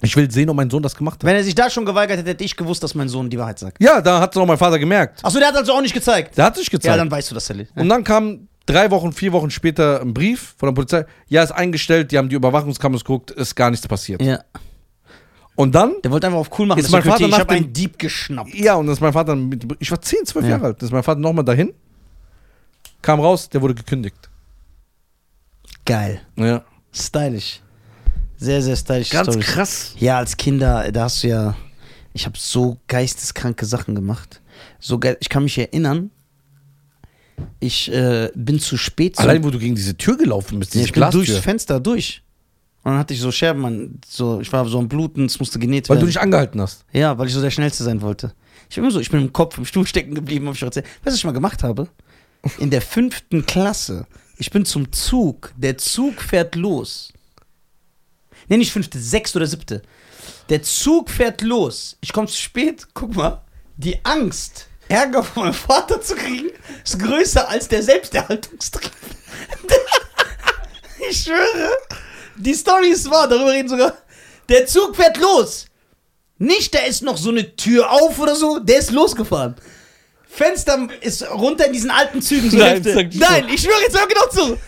Ich will sehen, ob mein Sohn das gemacht hat. Wenn er sich da schon geweigert hätte, hätte ich gewusst, dass mein Sohn die Wahrheit sagt. Ja, da hat es auch mein Vater gemerkt. Achso, der hat also auch nicht gezeigt. Der hat sich gezeigt. Ja, dann weißt du das, Sally. Und dann kam drei Wochen, vier Wochen später ein Brief von der Polizei. Ja, ist eingestellt, die haben die Überwachungskameras geguckt, ist gar nichts passiert. Ja. Und dann, Der wollte einfach auf cool machen. Ist das mein Security, Vater ich nach habe dem- einen Dieb geschnappt. ja, und dann ist mein Vater, mit, ich war 10, 12 Ja. Jahre alt, dann ist mein Vater nochmal dahin, kam raus, der wurde gekündigt. Geil. Ja. Stylisch. Sehr, sehr stylisch. Ganz Story. krass. Ja, als Kinder, äh, da hast du ja. Ich habe so geisteskranke Sachen gemacht. So geil. Ich kann mich erinnern, ich äh, bin zu spät. zum- Allein, wo du gegen diese Tür gelaufen bist, Nee, diese ich bin Glastür. durchs Fenster durch. Und dann hatte ich so Scherben, an, so, ich war so am Bluten, es musste genäht Weil du werden. nicht angehalten hast. ja, weil ich so der Schnellste sein wollte. Ich bin immer so, ich bin im Kopf im Stuhl stecken geblieben, hab ich schon erzählt. Weißt du, was ich mal gemacht habe? In der fünften Klasse, ich bin zum Zug, der Zug fährt los. Nee, nicht fünfte, sechste oder siebte. Der Zug fährt los. Ich komme zu spät, guck mal, die Angst, Ärger von meinem Vater zu kriegen, ist größer als der Selbsterhaltungstrieb. <laughs> Ich schwöre, die Story ist wahr, darüber reden sogar. Der Zug fährt los. Nicht, da ist noch so eine Tür auf oder so, der ist losgefahren. Fenster ist runter in diesen alten Zügen. So Nein, Hälfte. sag nicht so. Nein ich schwöre, jetzt hör genau zu.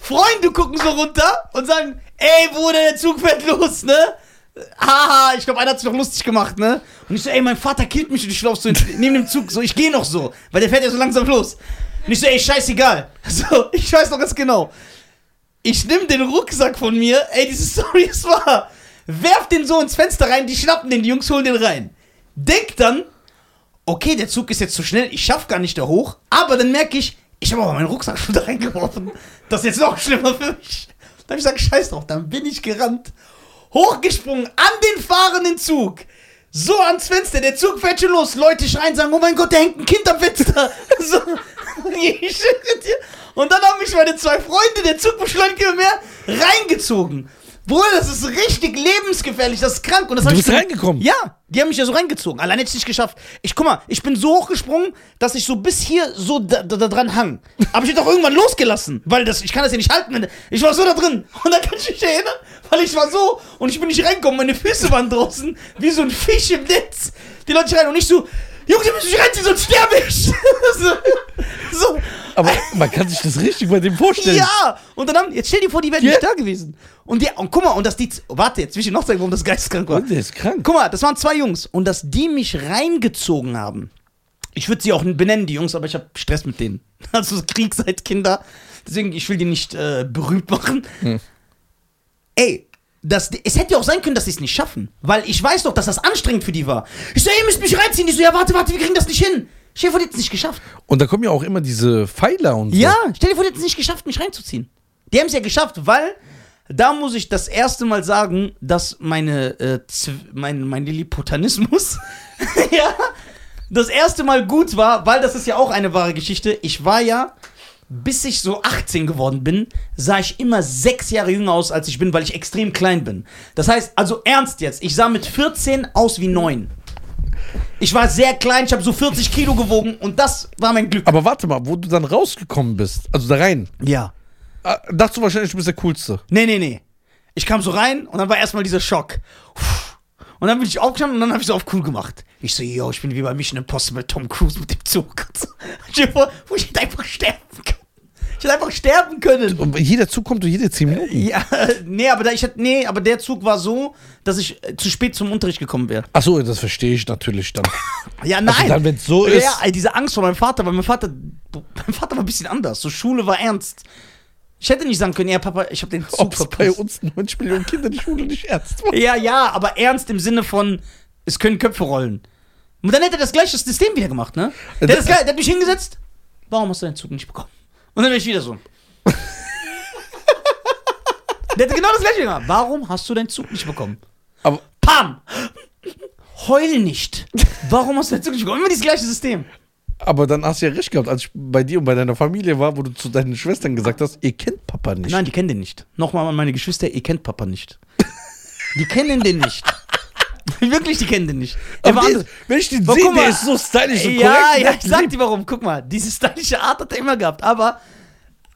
Freunde gucken so runter und sagen, ey Bruder, der Zug fährt los, ne? Haha, ich glaube, einer hat sich noch lustig gemacht, ne? Und ich so, ey, mein Vater killt mich und ich lauf so in- neben dem Zug, so, ich gehe noch so, weil der fährt ja so langsam los. Und ich so, ey, scheißegal. <laughs> So, ich weiß noch ganz genau. Ich nehme den Rucksack von mir, ey, diese <laughs> Story ist wahr. Werf den so ins Fenster rein, die schnappen den, die Jungs holen den rein. Denk dann, okay, der Zug ist jetzt zu schnell, ich schaff gar nicht da hoch, aber dann merke ich, ich habe aber meinen Rucksack schon <laughs> da reingeworfen. Das ist jetzt noch schlimmer für mich. Dann habe ich gesagt, scheiß drauf, dann bin ich gerannt, hochgesprungen an den fahrenden Zug. So ans Fenster, der Zug fährt schon los. Leute schreien, sagen, oh mein Gott, da hängt ein Kind am Fenster. <laughs> So. Ich schwöre dir. Und dann haben mich meine zwei Freunde, der Zug beschleunigt immer mehr, reingezogen. Bruder, das ist richtig lebensgefährlich, das ist krank. Und das hab Du ich bist schon- reingekommen. ja, die haben mich ja so reingezogen. Allein hätte ich es nicht geschafft. Ich guck mal, ich bin so hochgesprungen, dass ich so bis hier so da, da, da dran hang. Aber ich hätte auch irgendwann losgelassen, weil das, ich kann das ja nicht halten. Wenn, ich war so da drin. Und dann kann ich mich erinnern, weil ich war so und ich bin nicht reingekommen. Meine Füße waren draußen, wie so ein Fisch im Netz. Die Leute schreien und ich so, Jungs, ihr müsst mich reinziehen, sonst sterbe ich. <laughs> so, so. Aber man kann sich das richtig bei dem vorstellen. Ja! Und dann haben, jetzt stell dir vor, die wären Ja. nicht da gewesen. Und die, und guck mal, und dass die, warte, jetzt will ich dir noch sagen, warum das geisteskrank war. Und der ist krank. Guck mal, das waren zwei Jungs und dass die mich reingezogen haben. Ich würde sie auch benennen, die Jungs, aber ich habe Stress mit denen. <laughs> Also Krieg seit Kinder. Deswegen, ich will die nicht äh, berühmt machen. Ey, das, es hätte ja auch sein können, dass sie es nicht schaffen. Weil ich weiß doch, dass das anstrengend für die war. Ich so, ey, ihr müsst mich reinziehen. Die so, ja, warte, warte, wir kriegen das nicht hin. Stell dir vor, die hätten es nicht geschafft. Und da kommen ja auch immer diese Pfeiler und so. Ja, stell dir vor, die hätten es nicht geschafft, mich reinzuziehen. Die haben es ja geschafft, weil da muss ich das erste Mal sagen, dass meine, äh, Zw- mein, mein Lilliputanismus <laughs> ja, das erste Mal gut war, weil das ist ja auch eine wahre Geschichte. Ich war ja, bis ich so 18 geworden bin, sah ich immer sechs Jahre jünger aus, als ich bin, weil ich extrem klein bin. Das heißt, also ernst jetzt, ich sah mit 14 aus wie 9. Ich war sehr klein, ich habe so 40 Kilo gewogen und das war mein Glück. Aber warte mal, wo du dann rausgekommen bist, also da rein, Ja. äh, dachtest du wahrscheinlich, du bist der Coolste. Nee, nee, nee. Ich kam so rein und dann war erstmal dieser Schock. Puh. Und dann bin ich aufgestanden und dann habe ich so auf cool gemacht. Ich so, yo, ich bin <laughs> wie bei Mission Impossible Tom Cruise mit dem Zug. Und so. Stell dir vor, wo ich hätte einfach sterben können. Ich hätte einfach sterben können. Und jeder Zug kommt durch jede 10 Minuten. Ja, nee, aber da, ich hätte, nee, aber der Zug war so, dass ich äh, zu spät zum Unterricht gekommen wäre. Achso, das verstehe ich <laughs> natürlich dann. Ja, nein. Also dann, wenn's so ist- Ja, ey, diese Angst vor meinem Vater, weil mein Vater, mein Vater war ein bisschen anders. So Schule war ernst. Ich hätte nicht sagen können, ja, Papa, ich habe den Zug Ob es bei verpasst. uns 90 Millionen Kinder die Schule nicht ernst machen. Ja, ja, aber ernst im Sinne von, es können Köpfe rollen. Und dann hätte er das gleiche System wieder gemacht, ne? Der, hat das, gleiche- der hat mich hingesetzt. Warum hast du deinen Zug nicht bekommen? Und dann wäre ich wieder so. der hätte genau das gleiche gemacht. Warum hast du deinen Zug nicht bekommen? Aber, Pam! Heul nicht! Warum hast du deinen Zug nicht bekommen? Immer das gleiche System. aber dann hast du ja recht gehabt, als ich bei dir und bei deiner Familie war, wo du zu deinen Schwestern gesagt hast, ihr kennt Papa nicht. Nein, die kennen den nicht. Nochmal an meine Geschwister, ihr kennt Papa nicht. Die kennen den <laughs> nicht. Wirklich, die kennen den nicht. Er aber war der, anders. wenn ich den Aber sehe, guck der mal. ist so stylisch und ja, korrekt. ne? ja, ich sag dir warum. Guck mal, diese stylische Art hat er immer gehabt. Aber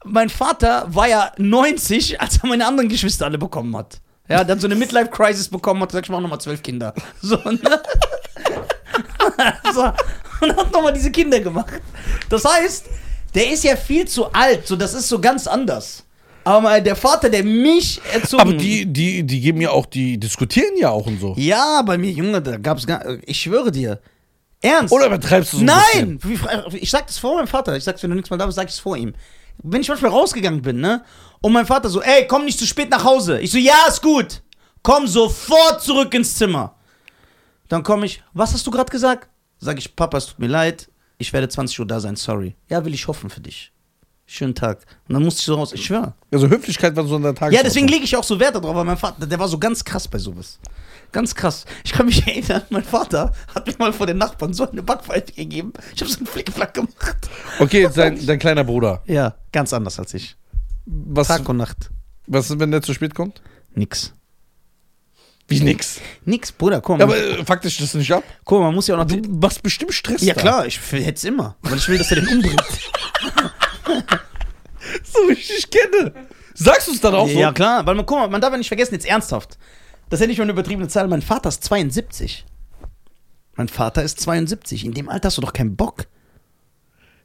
mein Vater war ja 90, als er meine anderen Geschwister alle bekommen hat. Ja, dann so eine Midlife-Crisis bekommen hat, gesagt, ich mach nochmal zwölf Kinder. <laughs> So, ne? so, und hat nochmal diese Kinder gemacht. Das heißt, der ist ja viel zu alt, so das ist so ganz anders. Aber mal der Vater, der mich erzogen aber die, die, die geben ja auch, die diskutieren ja auch und so. Ja, bei mir, Junge, da gab's gar. Ich schwöre dir. Ernst. Oder übertreibst du so ein Nein! Wie- Ich sag das vor meinem Vater. Ich sag's, wenn du nichts mehr da bist, sag ich's vor ihm. Wenn ich manchmal rausgegangen bin, ne? Und mein Vater so, ey, komm nicht zu spät nach Hause. Ich so, ja, ist gut. Komm sofort zurück ins Zimmer. Dann komme ich, was hast du gerade gesagt? Sag ich, Papa, es tut mir leid. Ich werde 20 Uhr da sein, sorry. Ja, will ich hoffen für dich. Schönen Tag. Und dann musste ich so raus, ich schwöre. Also Höflichkeit war so in der Tagesordnung. Ja, deswegen lege ich auch so Wert darauf, weil mein Vater, der war so ganz krass bei sowas. Ganz krass. Ich kann mich <laughs> erinnern, mein Vater hat mir mal vor den Nachbarn so eine Backpfeife gegeben. Ich habe so einen Flickflack gemacht. Okay, jetzt dein, dein kleiner Bruder. Ja, ganz anders als ich. Was, Tag und Nacht. was ist, wenn der zu spät kommt? Nix. Wie nix. Nix, Bruder, komm. Ja, aber äh, faktisch das nicht ab. guck mal, man muss ja auch noch. Du machst bestimmt Stress. Ja, da. klar, ich hätte es immer. Weil ich will, dass er den umbringt. So wie ich dich kenne. Sagst du es dann <laughs> auch so? ja, klar. Weil man, guck mal, man darf ja nicht vergessen, jetzt ernsthaft. Das ist ja nicht nur eine übertriebene Zahl. Mein Vater ist 72. Mein Vater ist 72. In dem Alter hast du doch keinen Bock.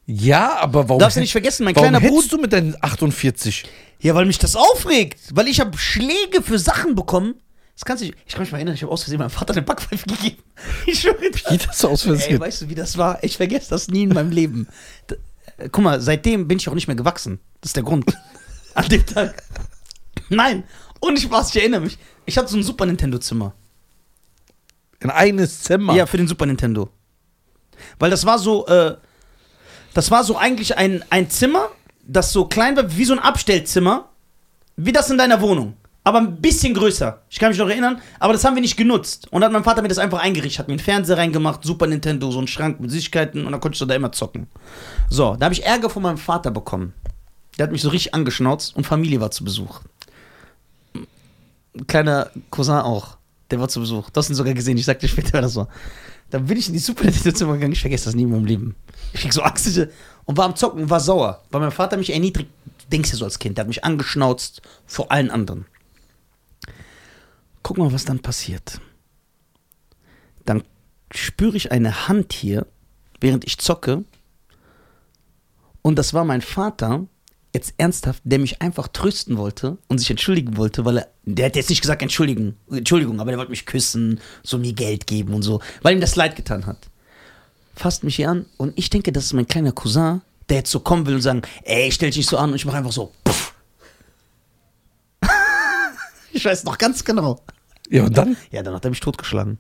Ja, aber warum? Darfst du nicht vergessen, mein warum kleiner hättest Bruder- du mit deinen <laughs> 48? Ja, weil mich das aufregt. Weil ich habe Schläge für Sachen bekommen. Das kannst du nicht. Ich kann mich mal erinnern, ich habe aus Versehen meinem Vater eine Backpfeife <laughs> gegeben. Ich schwöre dir. Geht das aus Ey, Versehen? weißt du, wie das war? Ich vergesse das nie in meinem Leben. D äh, Guck mal, seitdem bin ich auch nicht mehr gewachsen. Das ist der Grund. An dem Tag. Nein, ohne Spaß, ich erinnere mich. Ich hatte so ein Super Nintendo-Zimmer. In eines Zimmer. Ja, für den Super Nintendo. Weil das war so, äh, das war so eigentlich ein, ein Zimmer, das so klein war, wie so ein Abstellzimmer, wie das in deiner Wohnung. Aber ein bisschen größer. Ich kann mich noch erinnern, aber das haben wir nicht genutzt. Und dann hat mein Vater mir das einfach eingerichtet, hat mir einen Fernseher reingemacht, Super Nintendo, so einen Schrank mit Süßigkeiten und dann konntest du da immer zocken. So, da habe ich Ärger von meinem Vater bekommen. Der hat mich so richtig angeschnauzt und Familie war zu Besuch. Ein kleiner Cousin auch. Der war zu Besuch. Du hast ihn sogar gesehen. Ich sag dir später, wer das war. Dann bin ich in die Super Nintendo-Zimmer gegangen. Ich vergesse das nie in meinem Leben. Ich krieg so Achse und war am Zocken und war sauer. Weil mein Vater mich erniedrigt. Denkst du so als Kind. Der hat mich angeschnauzt vor allen anderen. Guck mal, was dann passiert. Dann spüre ich eine Hand hier, während ich zocke. Und das war mein Vater, jetzt ernsthaft, der mich einfach trösten wollte und sich entschuldigen wollte, weil er, der hat jetzt nicht gesagt entschuldigen, Entschuldigung, aber der wollte mich küssen, so mir Geld geben und so, weil ihm das leid getan hat. Fasst mich hier an und ich denke, das ist mein kleiner Cousin, der jetzt so kommen will und sagen, ey, stell dich nicht so an und ich mache einfach so. Puff. <laughs> ich weiß noch ganz genau. Ja, und dann? Ja, dann hat er mich totgeschlagen.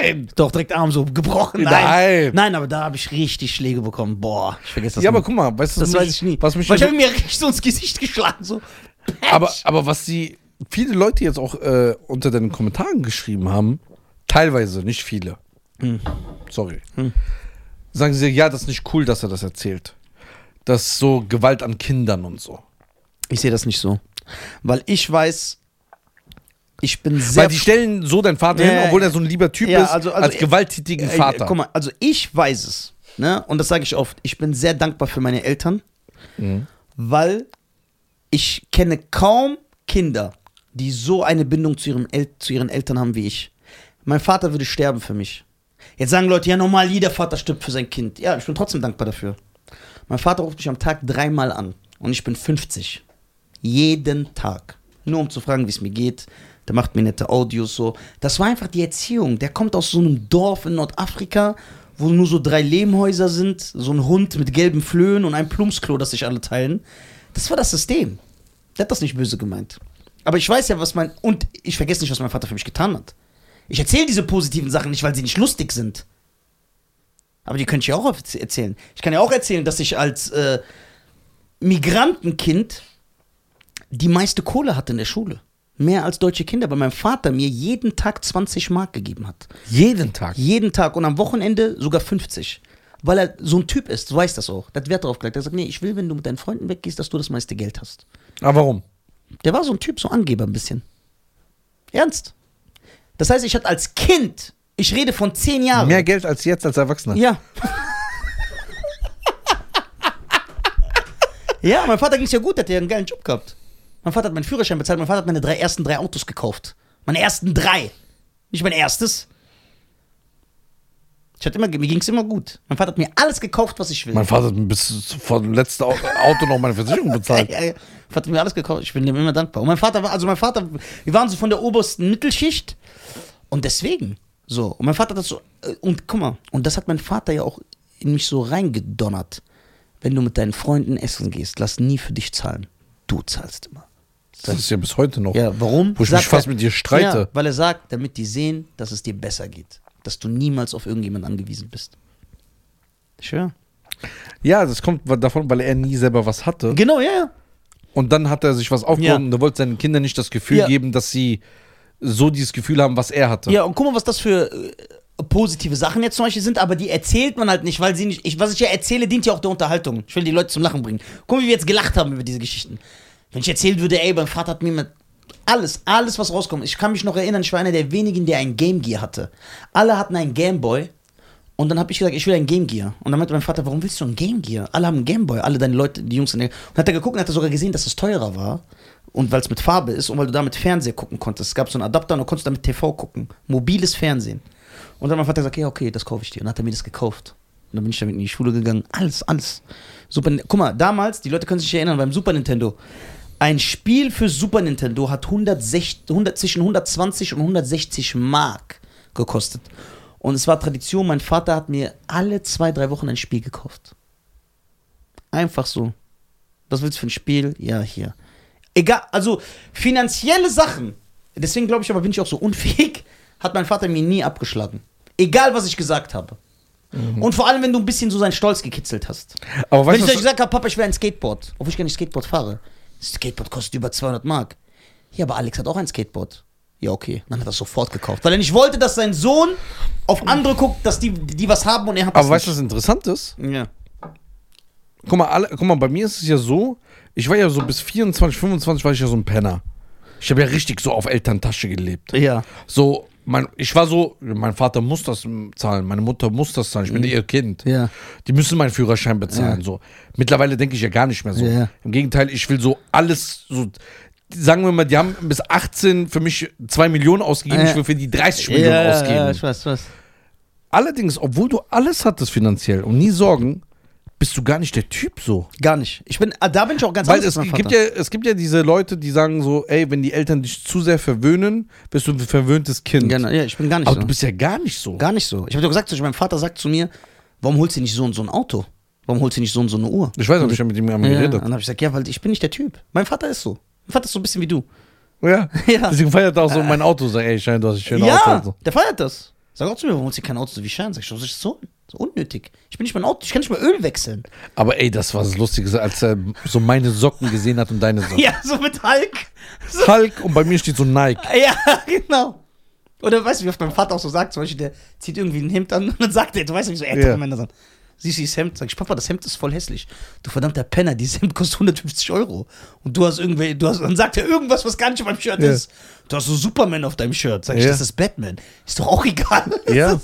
Nein. <laughs> Doch, direkt Arm so gebrochen. Nein. Nein, Nein aber da habe ich richtig Schläge bekommen. Boah, ich vergesse das Ja, nie. aber guck mal, weißt du, Das was weiß mich- ich nie. Was mich Weil ich habe mir richtig so ins Gesicht geschlagen. So. aber, aber was die viele Leute jetzt auch äh, unter den Kommentaren geschrieben haben, teilweise, nicht viele. Hm. Sorry. Sagen sie, ja, das ist nicht cool, dass er das erzählt. Das so Gewalt an Kindern und so. Ich sehe das nicht so. Weil ich weiß, ich bin sehr. Weil die stellen so deinen Vater Ja, hin, ja, obwohl ja. er so ein lieber Typ Ja, ist, also- also- als gewalttätigen Ey, Vater. Guck mal, also ich weiß es. Ne? Und das sage ich oft. Ich bin sehr dankbar für meine Eltern, weil ich kenne kaum Kinder, die so eine Bindung zu, ihrem El zu ihren Eltern haben wie ich. Mein Vater würde sterben für mich. Jetzt sagen Leute, ja normal, jeder Vater stirbt für sein Kind. Ja, ich bin trotzdem dankbar dafür. Mein Vater ruft mich am Tag dreimal an und ich bin 50. Jeden Tag. Nur um zu fragen, wie es mir geht. Der macht mir nette Audios so. Das war einfach die Erziehung. Der kommt aus so einem Dorf in Nordafrika, wo nur so drei Lehmhäuser sind, so ein Hund mit gelben Flöhen und ein Plumpsklo, das sich alle teilen. Das war das System. Der hat das nicht böse gemeint. Aber ich weiß ja, was mein. Und ich vergesse nicht, was mein Vater für mich getan hat. Ich erzähle diese positiven Sachen nicht, weil sie nicht lustig sind. Aber die könnte ich ja auch erz- erzählen. Ich kann ja auch erzählen, dass ich als äh, Migrantenkind die meiste Kohle hatte in der Schule. Mehr als deutsche Kinder, weil mein Vater mir jeden Tag 20 Mark gegeben hat. Jeden Tag. Jeden Tag und am Wochenende sogar 50. Weil er so ein Typ ist, du weißt das auch. Der hat Wert drauf gelegt. Er sagt, nee, ich will, wenn du mit deinen Freunden weggehst, dass du das meiste Geld hast. Aber warum? Der war so ein Typ, so Angeber ein bisschen. Ernst. Das heißt, ich hatte als Kind, ich rede von zehn Jahren. Mehr Geld als jetzt als Erwachsener. Ja. <laughs> ja, mein Vater ging es ja gut, der hat ja einen geilen Job gehabt. Mein Vater hat meinen Führerschein bezahlt, mein Vater hat meine drei, ersten drei Autos gekauft. Meine ersten drei. Nicht mein erstes. Ich hatte immer, mir ging es immer gut. Mein Vater hat mir alles gekauft, was ich will. Mein Vater hat mir bis vor dem letzten Au- Auto noch meine <laughs> Versicherung bezahlt. <laughs> Ja, ja, ja. Mein Vater hat mir alles gekauft. Ich bin ihm immer dankbar. Und mein Vater war, also mein Vater, wir waren so von der obersten Mittelschicht. Und deswegen, so. Und mein Vater hat das so, äh, und guck mal, und das hat mein Vater ja auch in mich so reingedonnert. Wenn du mit deinen Freunden essen gehst, lass nie für dich zahlen. Du zahlst immer. Das ist ja bis heute noch. Ja, warum? Wo ich Sagt mich fast er- mit dir streite. Ja, weil er sagt, damit die sehen, dass es dir besser geht. Dass du niemals auf irgendjemanden angewiesen bist. Ich schwör. Ja, das kommt davon, weil er nie selber was hatte. Genau, ja, ja. Und dann hat er sich was aufgehoben Ja. und er wollte seinen Kindern nicht das Gefühl Ja. geben, dass sie so dieses Gefühl haben, was er hatte. Ja, und guck mal, was das für äh, positive Sachen jetzt zum Beispiel sind, aber die erzählt man halt nicht, weil sie nicht. Ich, was ich ja erzähle, dient ja auch der Unterhaltung. Ich will die Leute zum Lachen bringen. Guck mal, wie wir jetzt gelacht haben über diese Geschichten. Wenn ich erzählen würde, ey, mein Vater hat mir mit alles, alles, was rauskommt. Ich kann mich noch erinnern, ich war einer der wenigen, der ein Game Gear hatte. Alle hatten einen Gameboy. Und dann habe ich gesagt, ich will ein Game Gear. Und dann meinte mein Vater, warum willst du ein Game Gear? Alle haben ein Game Boy, alle deine Leute, die Jungs in der. Und hat er geguckt und hat er sogar gesehen, dass es teurer war. Und weil es mit Farbe ist und weil du damit Fernseher gucken konntest. Es gab so einen Adapter und du konntest damit TV gucken. Mobiles Fernsehen. Und dann hat mein Vater gesagt, ja, okay, das kaufe ich dir. Und dann hat er mir das gekauft. Und dann bin ich damit in die Schule gegangen. Alles, alles. Super, Nin- Guck mal, damals, die Leute können sich erinnern, beim Super Nintendo. Ein Spiel für Super Nintendo hat 160, 100, zwischen 120 und 160 Mark gekostet. Und es war Tradition, mein Vater hat mir alle zwei, drei Wochen ein Spiel gekauft. Einfach so. Was willst du für ein Spiel? Ja, hier. Egal, also finanzielle Sachen, deswegen glaube ich aber, bin ich auch so unfähig, <laughs> hat mein Vater mir nie abgeschlagen. Egal, was ich gesagt habe. Und vor allem, wenn du ein bisschen so seinen Stolz gekitzelt hast. Mhm. Aber wenn weißt du, ich was- euch gesagt habe, Papa, ich will ein Skateboard, obwohl ich gar nicht Skateboard fahre. Das Skateboard kostet über 200 Mark. Ja, aber Alex hat auch ein Skateboard. Ja, okay. Dann hat er es sofort gekauft. Weil er nicht wollte, dass sein Sohn auf andere guckt, dass die, die was haben und er hat Aber das weißt du, was interessant ist? nicht. Ja. Guck mal, alle, guck mal, bei mir ist es ja so, ich war ja so bis 24, 25 war ich ja so ein Penner. Ich habe ja richtig so auf Elterntasche gelebt. Ja. So, mein, ich war so, mein Vater muss das m, zahlen, meine Mutter muss das zahlen, ich bin ihr Kind. Mhm. Ja. Die müssen meinen Führerschein bezahlen. So. Mittlerweile denke ich ja gar nicht mehr so. Ja. Im Gegenteil, ich will so alles so. Sagen wir mal, die haben bis 18 für mich 2 Millionen ausgegeben, Ja. ich will für die 30 Millionen ausgeben. weiß, ich weiß. Allerdings, obwohl du alles hattest finanziell und nie Sorgen, bist du gar nicht der Typ so. Gar nicht. Ich bin, ah, da bin ich auch ganz Weil anders es als mein gibt, Vater. ja, es gibt ja diese Leute, die sagen so, ey, wenn die Eltern dich zu sehr verwöhnen, bist du ein verwöhntes Kind. Genau, ja, ich bin gar nicht Aber so. du bist ja gar nicht so. Gar nicht so. Ich habe doch gesagt, zum Beispiel, mein Vater sagt zu mir, warum holst du nicht so und so ein Auto? Warum holst du nicht so und so eine Uhr? ich weiß, ob ich ja mit ihm einmal Ja, und geredet dann habe ich gesagt, ja, weil ich bin nicht der Typ. Mein Vater ist so. Mein Vater ist so ein bisschen wie du. Ja. <laughs> Ja. Äh. Deswegen feiert er auch so mein Auto. Sag, ey, Schein, du hast ein schönes Auto. ja, und so. der feiert das. Sag auch zu mir, warum holst du kein Auto so wie Schein? Sag ich, was ist das so? Das ist unnötig. Ich bin nicht mal ein Auto, ich kann nicht mal Öl wechseln. Aber ey, das war das Lustige, als er so meine Socken gesehen hat und deine <laughs> Socken. Ja, so mit Hulk. So Hulk und bei mir steht so Nike. <laughs> Ja, genau. Oder weißt du, wie oft mein Vater auch so sagt, zum Beispiel, der zieht irgendwie ein Hemd an und dann sagt er, du weißt nicht, so ältere Ja. Männer sagen, siehst du dieses Hemd? Sag ich, Papa, das Hemd ist voll hässlich. Du verdammter Penner, dieses Hemd kostet 150 Euro. Und du hast irgendwie, du hast, dann sagt er irgendwas, was gar nicht auf meinem Shirt Ja. ist. Du hast so Superman auf deinem Shirt. Sag ich, Ja. das ist Batman. Ist doch auch <laughs> egal. Ja.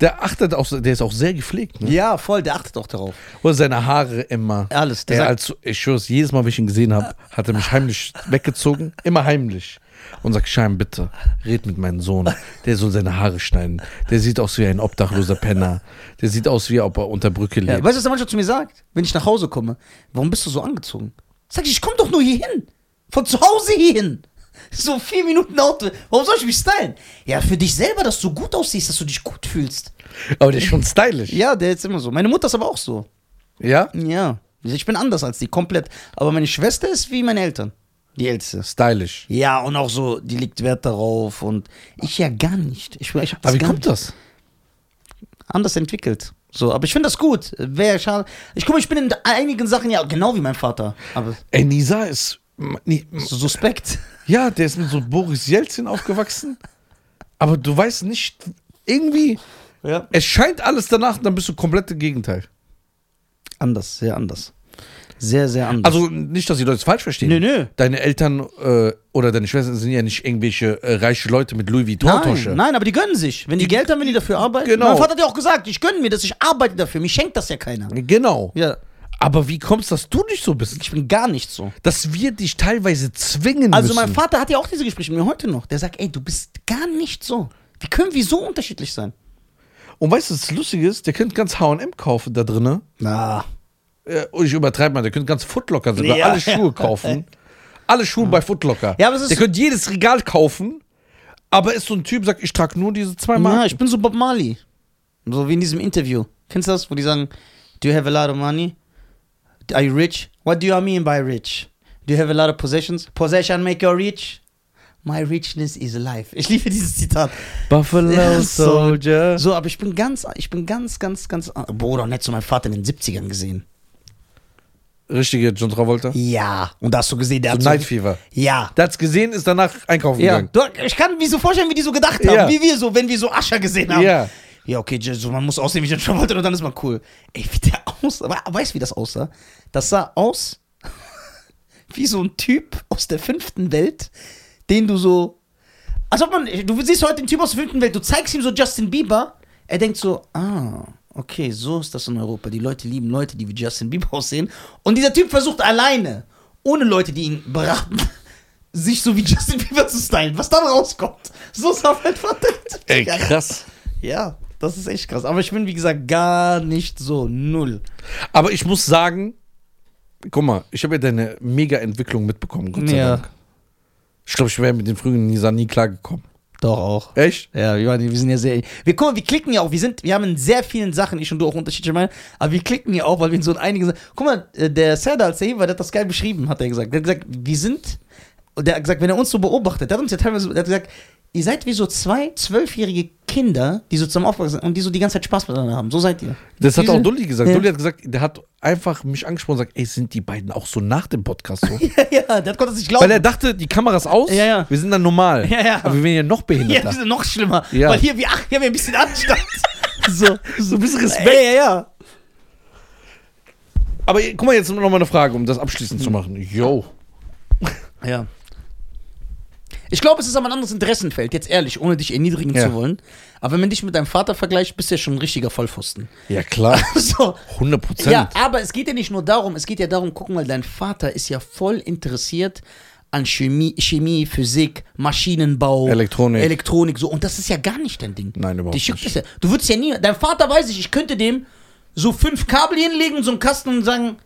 Der achtet auch, so- der ist auch sehr gepflegt. Ne? ja, voll, der achtet auch darauf. Oder seine Haare immer. Alles, der Der sagt- Äh. als, ich schwör's, jedes Mal, wenn ich ihn gesehen habe, hat er mich heimlich weggezogen. Immer heimlich. und sage, Schein, bitte, red mit meinem Sohn. Der soll seine Haare schneiden. Der sieht aus wie ein obdachloser Penner. Der sieht aus wie, ob er unter Brücke lebt. Ja, weißt du, was der manchmal zu mir sagt, wenn ich nach Hause komme? Warum bist du so angezogen? Sag ich, ich komm doch nur hier hin. Von zu Hause hierhin. <laughs> So vier Minuten Auto. Warum soll ich mich stylen? Ja, für dich selber, dass du gut aussiehst, dass du dich gut fühlst. Aber der ist schon stylisch. Ja, der ist immer so. Meine Mutter ist aber auch so. Ja? Ja. Ich bin anders als die, komplett. Aber meine Schwester ist wie meine Eltern. Die Älteste. Stylisch. Ja, und auch so, die legt Wert darauf und ich ja gar nicht. Ich, ich hab das Aber wie gar kommt nicht das? anders entwickelt. So, aber ich finde das gut. Wäre schade. Ich guck mal, ich bin in einigen Sachen ja genau wie mein Vater. Aber Ey, Nisa ist. Nee, so suspekt. Ja, der ist mit so Boris Jelzin aufgewachsen. Aber du weißt nicht, irgendwie, <laughs> Ja. es scheint alles danach, dann bist du komplett im Gegenteil. Anders, sehr anders. Sehr, sehr anders. Also nicht, dass die Leute es falsch verstehen. Nö, nö. Deine Eltern äh, oder deine Schwestern sind ja nicht irgendwelche äh, reiche Leute mit Louis Vuitton-Tasche. nein, nein, aber die gönnen sich. Wenn die Geld haben, wenn die dafür arbeiten. Genau. Mein Vater hat ja auch gesagt, ich gönne mir das, ich arbeite dafür. Mir schenkt das ja keiner. Genau. Ja. Aber wie kommst du, dass du nicht so bist? Ich bin gar nicht so. Dass wir dich teilweise zwingen Also müssen. mein Vater hat ja auch diese Gespräche mit mir heute noch. Der sagt, ey, du bist gar nicht so. Wie können wir so unterschiedlich sein? Und weißt du, was lustig ist? Der könnte ganz H&M kaufen da drinnen. Na. Äh, und ich übertreibe mal, der könnte ganz Footlocker sogar Ja. alle Schuhe <laughs> kaufen. Alle Schuhe bei Footlocker. Ja, aber es ist- der könnte jedes Regal kaufen, aber ist so ein Typ, sagt, ich trage nur diese zwei Na, Marken. ich bin so Bob Marley. So wie in diesem Interview. Kennst du das, wo die sagen, do you have a lot of money? Are you rich? What do you mean by rich? Do you have a lot of possessions? Possession make you rich? My richness is life. Ich liebe dieses Zitat. Buffalo Ja, so- Soldier. So, aber ich bin ganz, ich bin ganz, ganz, ganz. Bruder, und hättest du meinen Vater in den 70ern gesehen? Richtige John Travolta. Ja. Und da hast du gesehen, der So hat Night Fever. Ja. Der hat's gesehen, ist danach einkaufen Ja, gegangen. du, ich kann mir so vorstellen, wie die so gedacht haben, Ja. wie wir so, wenn wir so Ascher gesehen haben. Ja. Ja, okay, so, man muss aussehen wie John Travolta und dann ist man cool. Ey, wie der aussah, we- weißt du, wie das aussah? Das sah aus <laughs> wie so ein Typ aus der fünften Welt, den du so, als ob man, du siehst heute den Typ aus der fünften Welt, du zeigst ihm so Justin Bieber, er denkt so, ah, okay, so ist das in Europa, die Leute lieben Leute, die wie Justin Bieber aussehen und dieser Typ versucht alleine, ohne Leute, die ihn beraten, <laughs> sich so wie Justin Bieber zu stylen, was dann rauskommt. So sah mein Vater. Ey, krass. Ja, das ist echt krass. Aber ich bin, wie gesagt, gar nicht so null. Aber ich muss sagen, guck mal, ich habe ja deine Mega-Entwicklung mitbekommen, Gott sei Dank. Ich glaube, ich wäre mit den frühen Nisa nie klargekommen. doch auch. Echt? Ja, wir, waren- wir sind ja sehr. Wir gucken, wir klicken ja auch. Wir sind, wir haben in sehr vielen Sachen, ich und du auch unterschiedliche Meinungen, aber wir klicken ja auch, weil wir in so einigen. Sa- Guck mal, äh, der Serda, als der hier war, der hat das geil beschrieben, hat er gesagt. Der hat gesagt, wir sind. Und der hat gesagt, wenn er uns so beobachtet, der hat uns ja teilweise. Der hat gesagt, ihr seid wie so zwei zwölfjährige Kinder, die so zusammen aufwachsen sind und die so die ganze Zeit Spaß miteinander haben. So seid ihr. <laughs> Das hat Diese- auch Dulli gesagt. Ja. Dulli hat gesagt, der hat einfach mich angesprochen und gesagt, ey, sind die beiden auch so nach dem Podcast so? <laughs> ja, der konnte es nicht glauben. Weil er dachte, die Kamera ist aus, Ja, ja. wir sind dann normal. Ja, ja. Aber wir werden ja noch Ja, wir behinderter. sind noch schlimmer. Ja. Weil hier, wir, ach, hier haben wir ein bisschen <laughs> Anstand. so, so ein bisschen Respekt. Ja, ja, ja. Aber guck mal, jetzt noch mal eine Frage, um das abschließend Hm. zu machen. Yo. Ja. Ich glaube, es ist aber ein anderes Interessenfeld, jetzt ehrlich, ohne dich erniedrigen Ja. zu wollen. Aber wenn man dich mit deinem Vater vergleicht, bist du ja schon ein richtiger Vollpfosten. <laughs> Ja, klar. So. 100 Prozent. Ja, aber es geht ja nicht nur darum, es geht ja darum, guck mal, dein Vater ist ja voll interessiert an Chemie, Chemie Physik, Maschinenbau, Elektronik. Elektronik, so. Und das ist ja gar nicht dein Ding. Nein, überhaupt Dich juckt nicht. das Ja. Du würdest ja nie, dein Vater weiß ich, ich könnte dem so fünf Kabel hinlegen, so einen Kasten und sagen,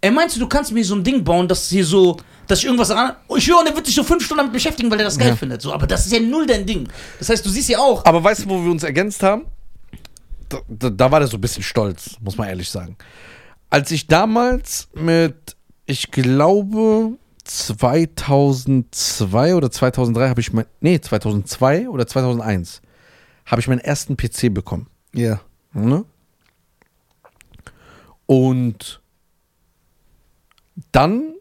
ey, meinst du, du kannst mir so ein Ding bauen, dass hier so, dass ich irgendwas ran. Ich höre, und der wird sich so fünf Stunden damit beschäftigen, weil er das geil Ja. findet. So, aber das ist ja null dein Ding. Das heißt, du siehst ja auch. Aber weißt du, wo wir uns ergänzt haben? Da, da, da war der so ein bisschen stolz, muss man ehrlich sagen. Als ich damals mit, ich glaube, 2002 oder 2003 habe ich mein, nee, 2002 oder 2001 habe ich meinen ersten PC bekommen. Ja. Ne? Und dann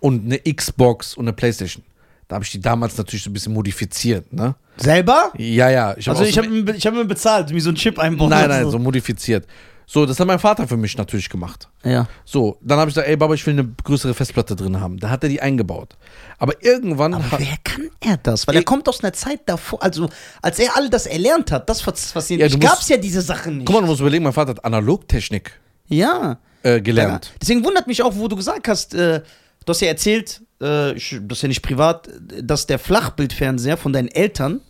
und eine Xbox und eine Playstation. Da habe ich die damals natürlich so ein bisschen modifiziert, ne? Selber? Ja, ja. Ich hab Also auch ich so habe ich hab mir bezahlt, mir so einen Chip einbauen. Nein, lassen. nein, so modifiziert. So, das hat mein Vater für mich natürlich gemacht. Ja. So, dann habe ich gesagt, ey Baba, ich will eine größere Festplatte drin haben. Da hat er die eingebaut. Aber irgendwann Aber hat, wer kann er das? Äh, Weil er kommt aus einer Zeit davor, also als er all das erlernt hat, das was Ja, fasziniert du mich. musst- Gab es ja diese Sachen nicht. guck mal, du musst überlegen, mein Vater hat Analogtechnik ja. äh, gelernt. Deswegen wundert mich auch, wo du gesagt hast, äh, Du hast ja erzählt, äh, ich- das ist ja nicht privat, dass der Flachbildfernseher von deinen Eltern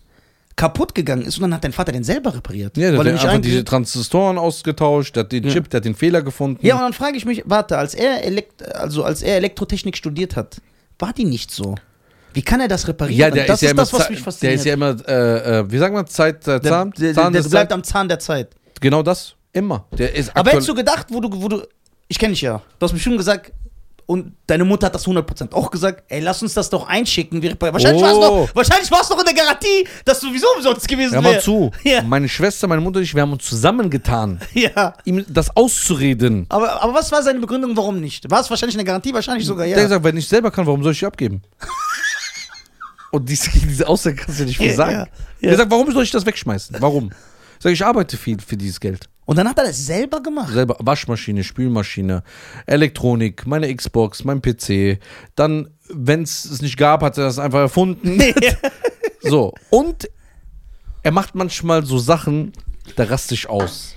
kaputt gegangen ist und dann hat dein Vater den selber repariert. Ja, der weil hat er ja nicht einfach einge- diese Transistoren ausgetauscht, der hat den Chip, der hat den Fehler gefunden. ja, und dann frage ich mich, warte, als er, Elekt also als er Elektrotechnik studiert hat, war die nicht so? Wie kann er das reparieren? Ja, der das ist ja immer, das, was Za- mich der fasziniert. ist ja immer, äh, äh, wie sagt man, Zeit, äh, Zahn, der, der, Zahn der des bleibt Zeit- am Zahn der Zeit. genau das, immer. Der ist Aber aktuell, hättest du gedacht, wo du, wo du, ich kenne dich ja, du hast bestimmt gesagt, und deine Mutter hat das 100% auch gesagt, ey, lass uns das doch einschicken. Wir reparieren. wahrscheinlich Oh. war's noch, wahrscheinlich war es noch in der Garantie, dass du sowieso umsonst gewesen hör wärst. mal zu, <laughs> Ja. meine Schwester, meine Mutter und ich, wir haben uns zusammengetan, Ja. ihm das auszureden. Aber, aber was war seine Begründung, warum nicht? War es wahrscheinlich eine Garantie? Wahrscheinlich sogar, ja. Der hat gesagt, wenn ich selber kann, warum soll ich <laughs> die abgeben? und diese, diese Aussage kannst du nicht viel Ja, sagen. ja, ja. Der sagt, warum soll ich das wegschmeißen? Warum? Ich sage, ich arbeite viel für dieses Geld. Und dann hat er das selber gemacht. selber Waschmaschine, Spülmaschine, Elektronik, meine Xbox, mein PC. Dann, wenn es es nicht gab, hat er das <laughs> einfach erfunden. So. Und er macht manchmal so Sachen, da raste ich aus.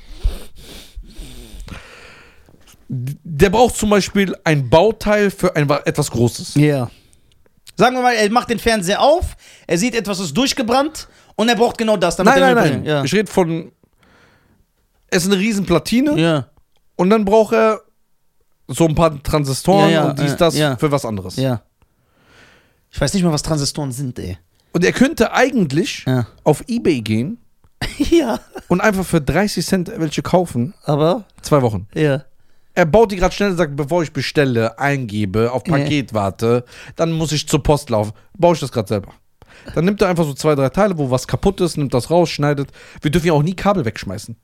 Der braucht zum Beispiel ein Bauteil für ein, wa- etwas Großes. Ja. Sagen wir mal, er macht den Fernseher auf, er sieht etwas ist durchgebrannt und er braucht genau das. Damit Nein, er nein, reparieren. nein. Ich rede von. Es ist eine riesen Platine Ja. ja. und dann braucht er so ein paar Transistoren Ja, ja, und dies, ja, das ja. für was anderes. Ja. Ich weiß nicht mal, was Transistoren sind, ey. <laughs> Und er könnte eigentlich Ja. auf Ebay gehen ja. und einfach für 30 Cent welche kaufen. Aber, Zwei Wochen. ja. Er baut die gerade schnell und sagt, bevor ich bestelle, eingebe, auf Paket warte, dann muss ich zur Post laufen. Baue ich das gerade selber. Dann nimmt er einfach so zwei, drei Teile, wo was kaputt ist, nimmt das raus, schneidet. Wir dürfen ja auch nie Kabel wegschmeißen.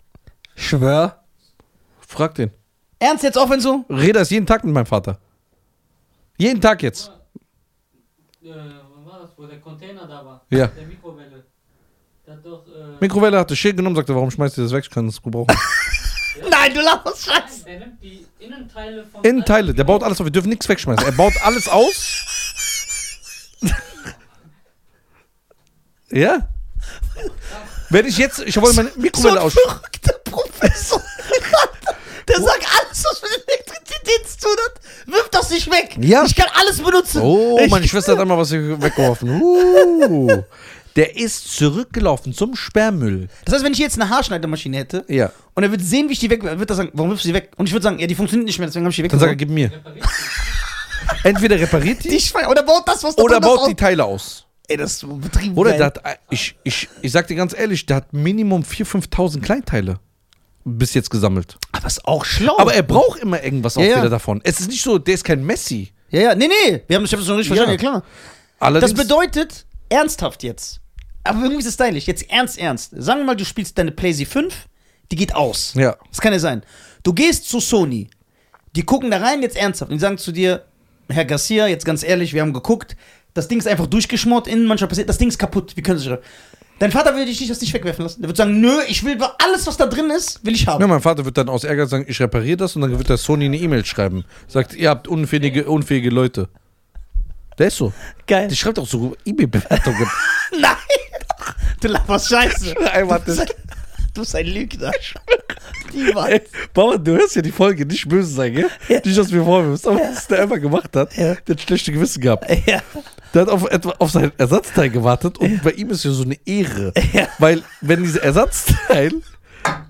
Schwör. Frag den. Ernst jetzt auch wenn so? Reda ist jeden Tag mit meinem Vater. Jeden Tag jetzt. Äh, wann war das, wo der Container da war? Ja. Der Mikrowelle. Der hat doch, äh, Mikrowelle hat das Schild genommen, sagte, warum schmeißt ihr das weg? Ich kann es gebrauchen. Nein, du lachst, nein, der nimmt die Innenteile von... In Teile, der baut alles auf. Wir dürfen nichts wegschmeißen. Er baut alles aus. <laughs> ja? Wenn ich jetzt, ich wollte meine So Mikrowelle ein aus. verrückter <laughs> Professor. Der sagt alles, was mit Elektrizität zu tun hat, wirft das nicht weg. Ja. Ich kann alles benutzen. Oh, ich, meine Schwester hat einmal was weggeworfen. Uh, der ist zurückgelaufen zum Sperrmüll. Das heißt, wenn ich jetzt eine Haarschneidermaschine hätte Ja. und er würde sehen, wie ich die weg, er wird er sagen, warum wirfst du die weg? Und ich würde sagen, ja, die funktioniert nicht mehr, deswegen habe ich die weg. Dann sagt er, gib mir. Entweder repariert die die Schweine. Oder baut das, was da oder drin ist, baut die Teile aus. Ey, das ist übertrieben. Oder geil. der hat, äh, ich, ich, ich sag dir ganz ehrlich, der hat Minimum 4.000, 5.000 Kleinteile bis jetzt gesammelt. Aber Ah, ist auch schlau. Aber er braucht immer irgendwas auch Oh. Ja, ja. wieder davon. Es ist nicht so, der ist kein Messi. ja, ja, nee, nee. Wir haben, ich habe das noch nicht Ja. verstanden, ja klar. Allerdings, Das bedeutet, ernsthaft jetzt. Aber irgendwie ist es stylisch. Jetzt ernst, ernst. Sagen wir mal, du spielst deine PlayStation 5, die geht aus. Ja. Das kann ja sein. Du gehst zu Sony, die gucken da rein jetzt ernsthaft und die sagen zu dir, Herr Garcia, jetzt ganz ehrlich, wir haben geguckt, das Ding ist einfach durchgeschmort, innen manchmal passiert, das Ding ist kaputt, wir können es nicht. Dein Vater würde dich nicht, das nicht wegwerfen lassen. Der würde sagen, nö, ich will alles, was da drin ist, will ich haben. Ja, mein Vater wird dann aus Ärger sagen, ich repariere das und dann wird der Sony eine E-Mail schreiben. Sagt, ihr habt unfähige, unfähige Leute. Der ist so. Geil. Der schreibt auch so eBay-Bewertungen. <laughs> Nein! Du lachst scheiße. Einmal Du bist ein- du bist ein Lügner. Die war. Bauer, du hörst ja die Folge, nicht böse sein, gell? Nicht, dass du mir vorwirfst. Aber was der einfach gemacht hat, Ja. der hat schlechte Gewissen gehabt. Ja. Der hat auf, etwa auf sein Ersatzteil gewartet und bei ihm ist ja so eine Ehre. Ja. Weil, wenn dieser Ersatzteil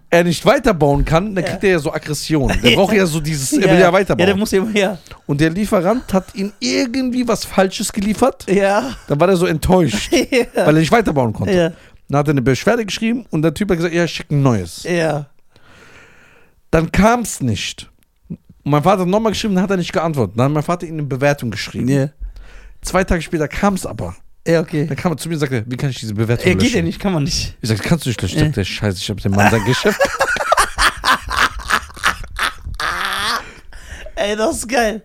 er nicht weiterbauen kann, dann kriegt er ja so Aggression. Der Ja. braucht ja so dieses, er will ja Ja, der weiterbauen. muss ja immer her. und der Lieferant hat ihm irgendwie was Falsches geliefert. Ja. Dann war er so enttäuscht, <laughs> Ja. weil er nicht weiterbauen konnte. Ja. Dann hat er eine Beschwerde geschrieben und der Typ hat gesagt, ja, schick ein neues. Ja. Dann kam es nicht. Und mein Vater hat nochmal geschrieben, dann hat er nicht geantwortet. Dann hat mein Vater ihm eine Bewertung geschrieben. Ja, Zwei Tage später kam es aber. ja okay. Dann kam er zu mir und sagte, wie kann ich diese Bewertung Er löschen? geht ja nicht, kann man nicht. Ich sag, kannst du nicht löschen? Ich sag, der Scheiße, ich hab dem Mann sein Geschäft. <laughs> Ey, das ist geil.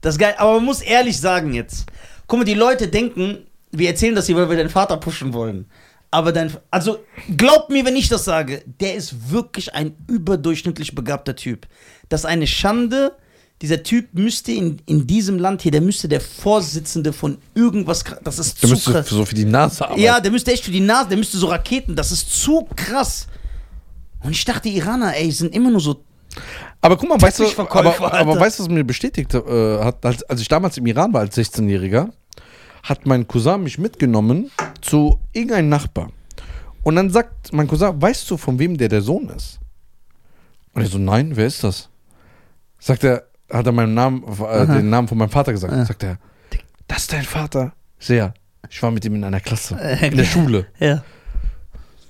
Das ist geil. Aber man muss ehrlich sagen jetzt. Guck mal, die Leute denken, wir erzählen das hier, weil wir deinen Vater pushen wollen. Aber dein, also glaubt mir, wenn ich das sage, der ist wirklich ein überdurchschnittlich begabter Typ. Das ist eine Schande. Dieser Typ müsste in, in diesem Land hier, der müsste der Vorsitzende von irgendwas, kr- das ist Der zu müsste krass. so für die Nase arbeiten. Ja, der müsste echt für die Nase, der müsste so Raketen, das ist zu krass. Und ich dachte, Iraner, ey, sind immer nur so Aber guck mal, weißt du, Taxiverkäufer, aber, aber Alter. weißt du, was mir bestätigt äh, hat, als, als ich damals im Iran war als 16-Jähriger, hat mein Cousin mich mitgenommen zu irgendeinem Nachbar. Und dann sagt mein Cousin, weißt du, von wem der der Sohn ist? Und ich so, nein, wer ist das? Sagt er, hat er meinen Namen, äh, den Namen von meinem Vater gesagt. Sagt er, das ist dein Vater? Ich so, ja, ich war mit ihm in einer Klasse, in der Schule. Äh, Ja.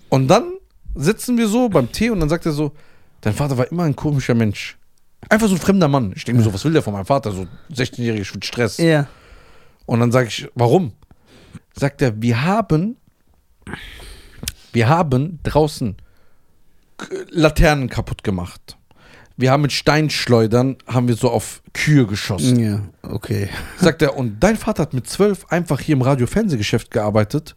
Und dann sitzen wir so beim Tee und dann sagt er so, dein Vater war immer ein komischer Mensch. Einfach so ein fremder Mann. Ich denke mir so, was will der von meinem Vater? So 16-jährig mit Stress. Ja. Und dann sage ich, warum? Sagt er, wir haben, wir haben draußen K- Laternen kaputt gemacht. Wir haben mit Steinschleudern, haben wir so auf Kühe geschossen. Ja, okay. Sagt er, und dein Vater hat mit zwölf einfach hier im Radio-Fernsehgeschäft gearbeitet.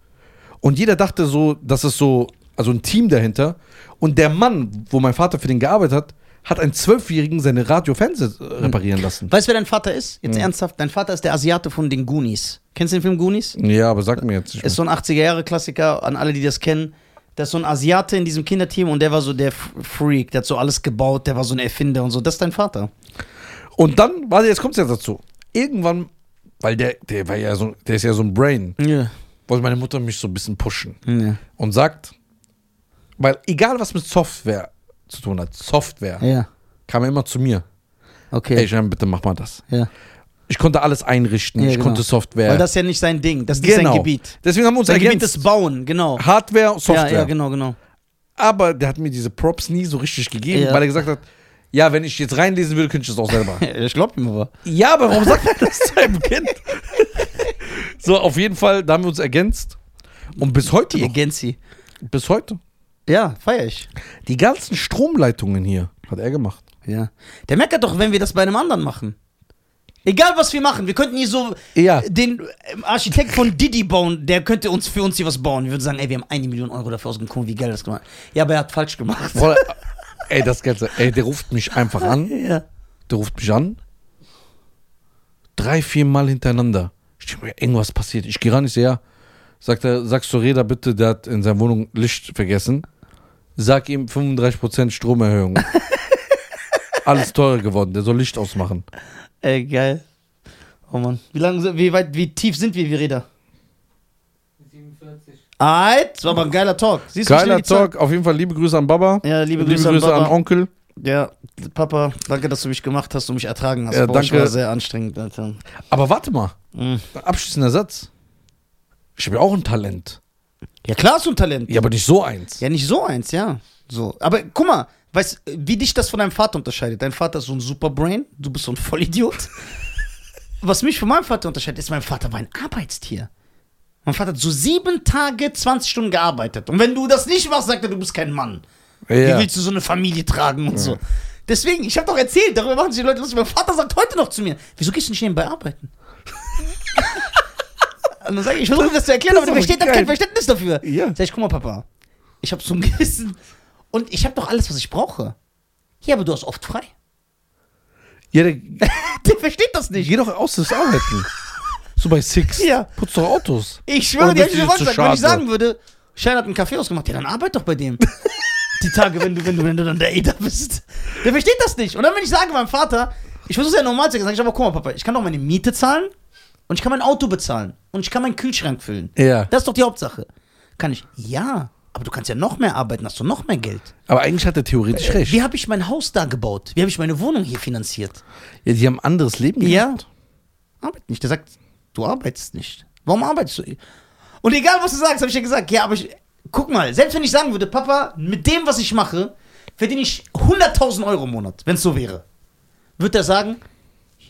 Und jeder dachte so, dass es so, also ein Team dahinter. Und der Mann, wo mein Vater für den gearbeitet hat, hat einen Zwölfjährigen seine Radio-Fernseh äh, reparieren lassen. Weißt du, wer dein Vater ist? Jetzt ernsthaft, dein Vater ist der Asiate von den Goonies. Kennst du den Film Goonies? Ja, aber sag mir jetzt nicht. Ist so ein 80er-Jahre-Klassiker, an alle, die das kennen. Da ist so ein Asiate in diesem Kinderteam und der war so der F- Freak, der hat so alles gebaut, der war so ein Erfinder und so. Das ist dein Vater. Und dann, warte, jetzt kommt es ja dazu. Irgendwann, weil der, der war ja so, der ist ja so ein Brain, Ja. wollte meine Mutter mich so ein bisschen pushen Ja. und sagt, weil egal was mit Software zu tun hat, Software, Ja. kam er immer zu mir. Okay. Ey, Jan, bitte mach mal das. ja. Ich konnte alles einrichten, Ja, ich genau. konnte Software. Weil das ist ja nicht sein Ding, das ist nicht sein Gebiet. Deswegen haben wir uns Sein Gebiet ergänzt. ist Bauen, genau. Hardware und Software. Ja, ja, genau, genau. Aber der hat mir diese Props nie so richtig gegeben, Ja. weil er gesagt hat, ja, wenn ich jetzt reinlesen würde, könnte ich das auch <laughs> selber. <laughs> Ich glaub ihm aber. Ja, aber warum sagt er das zu einem Kind? so, auf jeden Fall, da haben wir uns ergänzt. Und bis heute, Die noch, Ergänzi. bis heute. Ja, feier ich. Die ganzen Stromleitungen hier hat er gemacht. Ja. Der meckert doch, wenn wir das bei einem anderen machen. Egal, was wir machen, wir könnten hier so Ja. den ähm, Architekt von Didi bauen, der könnte uns für uns hier was bauen. Wir würden sagen, ey, wir haben eine Million Euro dafür ausgegeben, guck mal, wie geil das gemacht. Ja, aber er hat falsch gemacht. Boah, ey, das Ganze. Ey, der ruft mich einfach an. <laughs> Ja. Der ruft mich an. Drei, vier Mal hintereinander. Ich denke mir, irgendwas passiert. Ich gehe ran, ich sehe, ja. Sagt er, sagst du Reda bitte, der hat in seiner Wohnung Licht vergessen. Sag ihm <laughs> 35% Stromerhöhung. Alles teurer geworden, der soll Licht ausmachen. Ey, geil. Oh Mann. Wie lange, sind- wie weit, wie tief sind wir, wie Reda? 47. Alright, war aber ein geiler Talk. Siehst wie schnell Geiler die Zeit- Talk, auf jeden Fall liebe Grüße an Baba. Ja, liebe Grüße an an, Baba. Onkel. Ja, Papa, danke, dass du mich gemacht hast und mich ertragen hast. Ja, Boah, ich danke. war sehr anstrengend, Alter. Aber warte mal, Mhm. abschließender Satz. Ich habe ja auch ein Talent. Ja, klar ist ein Talent. Ja, aber nicht so eins. Ja, nicht so eins, ja. So. Aber guck mal, weißt wie dich das von deinem Vater unterscheidet? Dein Vater ist so ein Superbrain, du bist so ein Vollidiot. Was mich von meinem Vater unterscheidet, ist, mein Vater war ein Arbeitstier. Mein Vater hat so sieben Tage, 20 Stunden gearbeitet. Und wenn du das nicht machst, sagt er, du bist kein Mann. Wie willst du so eine Familie tragen und so? Deswegen, ich habe doch erzählt, darüber machen sich die Leute lustig. Mein Vater sagt heute noch zu mir, wieso gehst du nicht nebenbei arbeiten? <laughs> und dann sage ich, ich versuche das zu erklären, das aber der ist versteht aber das kein geil. Verständnis dafür. Ja. Sag ich, guck mal, Papa, ich habe so ein Gewissen und ich habe doch alles, was ich brauche. Ja, aber du hast oft frei. <laughs> Ja, der, Der versteht das nicht. geh doch aus des Arbeiten. so bei Six. Ja. Putz doch Autos. Ich schwöre, Oder die bist hätte ich du mir dir zu gesagt, wenn ich schade? sagen würde, Schein hat einen Kaffee ausgemacht, ja, dann arbeit doch bei <laughs> dem. die Tage, wenn du, wenn du, wenn du dann der Eder bist. Der versteht das nicht. Und dann, wenn ich sage meinem Vater, ich versuche es ja normal zu sagen, ich sage, aber guck mal, Papa, ich kann doch meine Miete zahlen und ich kann mein Auto bezahlen und ich kann meinen Kühlschrank füllen. Ja. Das ist doch die Hauptsache. Kann ich? Ja, aber du kannst ja noch mehr arbeiten, hast du noch mehr Geld. Aber eigentlich hat er theoretisch recht. Wie habe ich mein Haus da gebaut? Wie habe ich meine Wohnung hier finanziert? Ja, die haben ein anderes Leben Ja. gehabt. Arbeit nicht. Der sagt, du arbeitest nicht. Warum arbeitest du? Und egal, was du sagst, habe ich ja gesagt, ja, aber ich, guck mal, selbst wenn ich sagen würde, Papa, mit dem, was ich mache, verdiene ich 100.000 Euro im Monat, wenn es so wäre. Wird er sagen,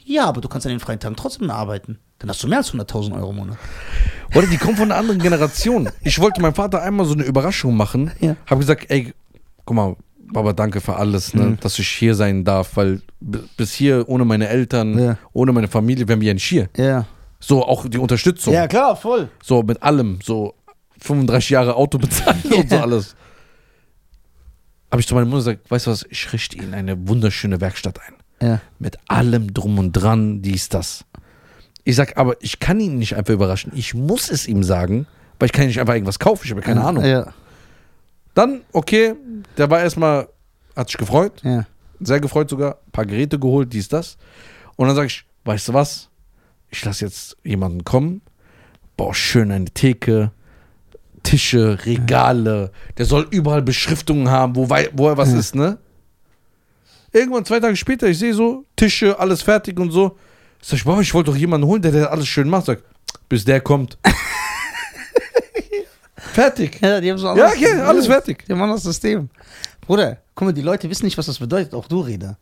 ja, aber du kannst an den freien Tagen trotzdem arbeiten. Dann hast du mehr als 100.000 Euro im Monat. Oder die kommen von einer anderen Generation. Ich wollte meinem Vater einmal so eine Überraschung machen. Ja. Hab gesagt, ey, guck mal, Baba, danke für alles, ne, dass ich hier sein darf, weil b- bis hier ohne meine Eltern, Ja. ohne meine Familie wären wir ja nicht hier. Ja. So auch die Unterstützung. klar, voll. So mit allem. So 35 Jahre Auto bezahlen und <laughs> so alles. Habe ich zu meiner Mutter gesagt, weißt du was, ich richte ihnen eine wunderschöne Werkstatt ein. Ja. Mit allem drum und dran, dies, das. Ich sag, aber ich kann ihn nicht einfach überraschen. Ich muss es ihm sagen, weil ich kann nicht einfach irgendwas kaufen. Ich habe ja keine Ahnung. Ja. Dann, okay, der war erstmal, hat sich gefreut. ja. sehr gefreut sogar, ein paar Geräte geholt, dies, das. Und dann sage ich, weißt du was? Ich lasse jetzt jemanden kommen, boah, schön eine Theke, Tische, Regale, der soll überall Beschriftungen haben, wo, wei- wo er was ist, ne? Irgendwann zwei Tage später, ich sehe so, Tische, alles fertig und so. Ich sag, boah, ich wollte doch jemanden holen, der, der alles schön macht. Sag, bis der kommt. fertig. Ja, die haben so Ja, okay, alles fertig. Die haben ein anderes System. Bruder, guck mal, die Leute wissen nicht, was das bedeutet. Auch du, Reda.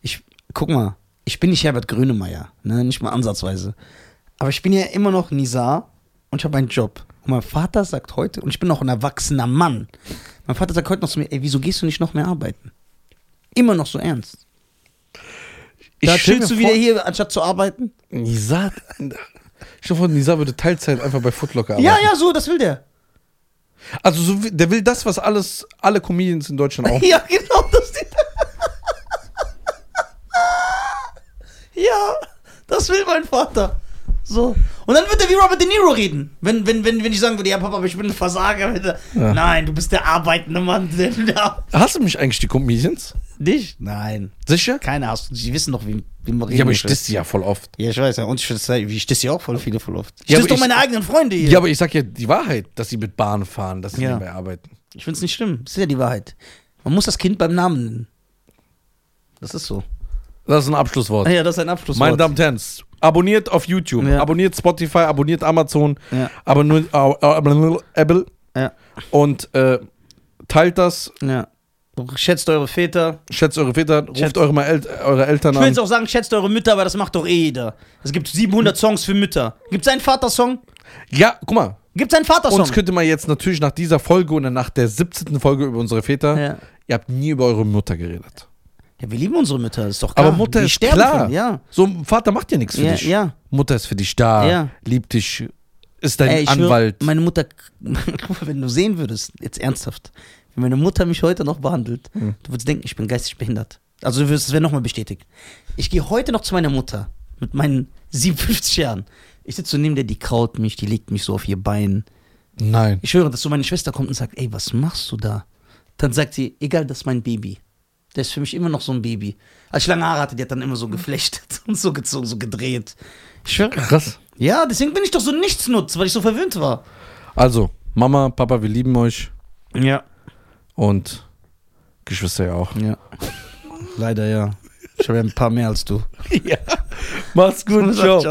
Ich, guck mal, ich bin nicht Herbert Grönemeyer. Ne? Nicht mal ansatzweise. Aber ich bin ja immer noch Nizar und ich habe einen Job. Und mein Vater sagt heute, und ich bin auch ein erwachsener Mann, mein Vater sagt heute noch zu mir, ey, wieso gehst du nicht noch mehr arbeiten? Immer noch so ernst. Da stell chillst mir du wieder vor- hier, anstatt zu arbeiten? Nisa. Ich glaube, Nisa würde Teilzeit einfach bei Footlocker arbeiten. Ja, ja, so, das will der. Also so, wie- der will das, was alles alle Comedians in <laughs> Deutschland auch. Ja, genau, das Ja, das will mein Vater. So. Und dann wird er wie Robert De Niro reden. Wenn, wenn, wenn, wenn ich sagen würde, ja, Papa, aber ich bin ein Versager. Wird er, Ja. Nein, du bist der arbeitende Mann. <laughs> Der, der, Hast du mich eigentlich die Comedians? dich? Nein. Sicher? Keine hast du. Sie wissen doch, wie, wie man reden Ja, aber ich muss. diss die ja voll oft. Ja, ich weiß ja. Und ich, diss- ich diss ja auch voll viele voll oft. Ich Ja, diss aber doch ich- meine eigenen Freunde hier. Ja, aber ich sag ja die Wahrheit, dass sie mit Bahn fahren, dass sie Ja. nebenbei arbeiten. Ich find's nicht schlimm. Das ist ja die Wahrheit. Man muss das Kind beim Namen nennen. Das ist so. Das ist ein Abschlusswort. Ah Ja, das ist ein Abschlusswort. Meine Damen und Herren, abonniert auf YouTube, Ja. abonniert Spotify, abonniert Amazon, Ja. abonniert au- au- Apple Ja. und äh, teilt das, Ja. Schätzt eure Väter. schätzt eure Väter, ruft Schätzt- eure, mal El eure Eltern Ich will an. jetzt auch sagen, schätzt eure Mütter, aber das macht doch eh jeder. Es gibt Hm. 700 Songs für Mütter. Gibt es einen Vatersong? Ja, guck mal, Gibt es einen Uns Vatersong? könnte man jetzt natürlich nach dieser Folge und dann nach der 17. Folge über unsere Väter, Ja. ihr habt nie über eure Mutter geredet. Ja, wir lieben unsere Mütter, das ist doch klar. Aber Mutter die ist sterben klar. Für, ja. So, ein Vater macht ja nichts für Ja, dich. ja. Mutter ist für dich da, Ja. liebt dich, ist dein Ey, ich Anwalt. Schwör, meine Mutter, <laughs> guck mal, wenn du sehen würdest, jetzt ernsthaft, wie meine Mutter mich heute noch behandelt, Hm. du würdest denken, ich bin geistig behindert. Also du wirst es wäre nochmal bestätigt. Ich gehe heute noch zu meiner Mutter mit meinen 57 Jahren. Ich sitze so neben der, die kaut mich, die legt mich so auf ihr Bein. Nein. Ich höre, dass so meine Schwester kommt und sagt, ey, was machst du da? Dann sagt sie, egal, das ist mein Baby. Der ist für mich immer noch so ein Baby. Als ich lange Haare hatte, die hat dann immer so geflechtet <laughs> und so gezogen, so gedreht. Ich schwöre. Krass. Ja, deswegen bin ich doch so nichtsnutz, weil ich so verwöhnt war. Also, Mama, Papa, wir lieben euch Ja. und Geschwister ja auch. Ja. Leider <laughs> ja. Ich habe ja ein paar mehr als du. Macht's gut, ciao.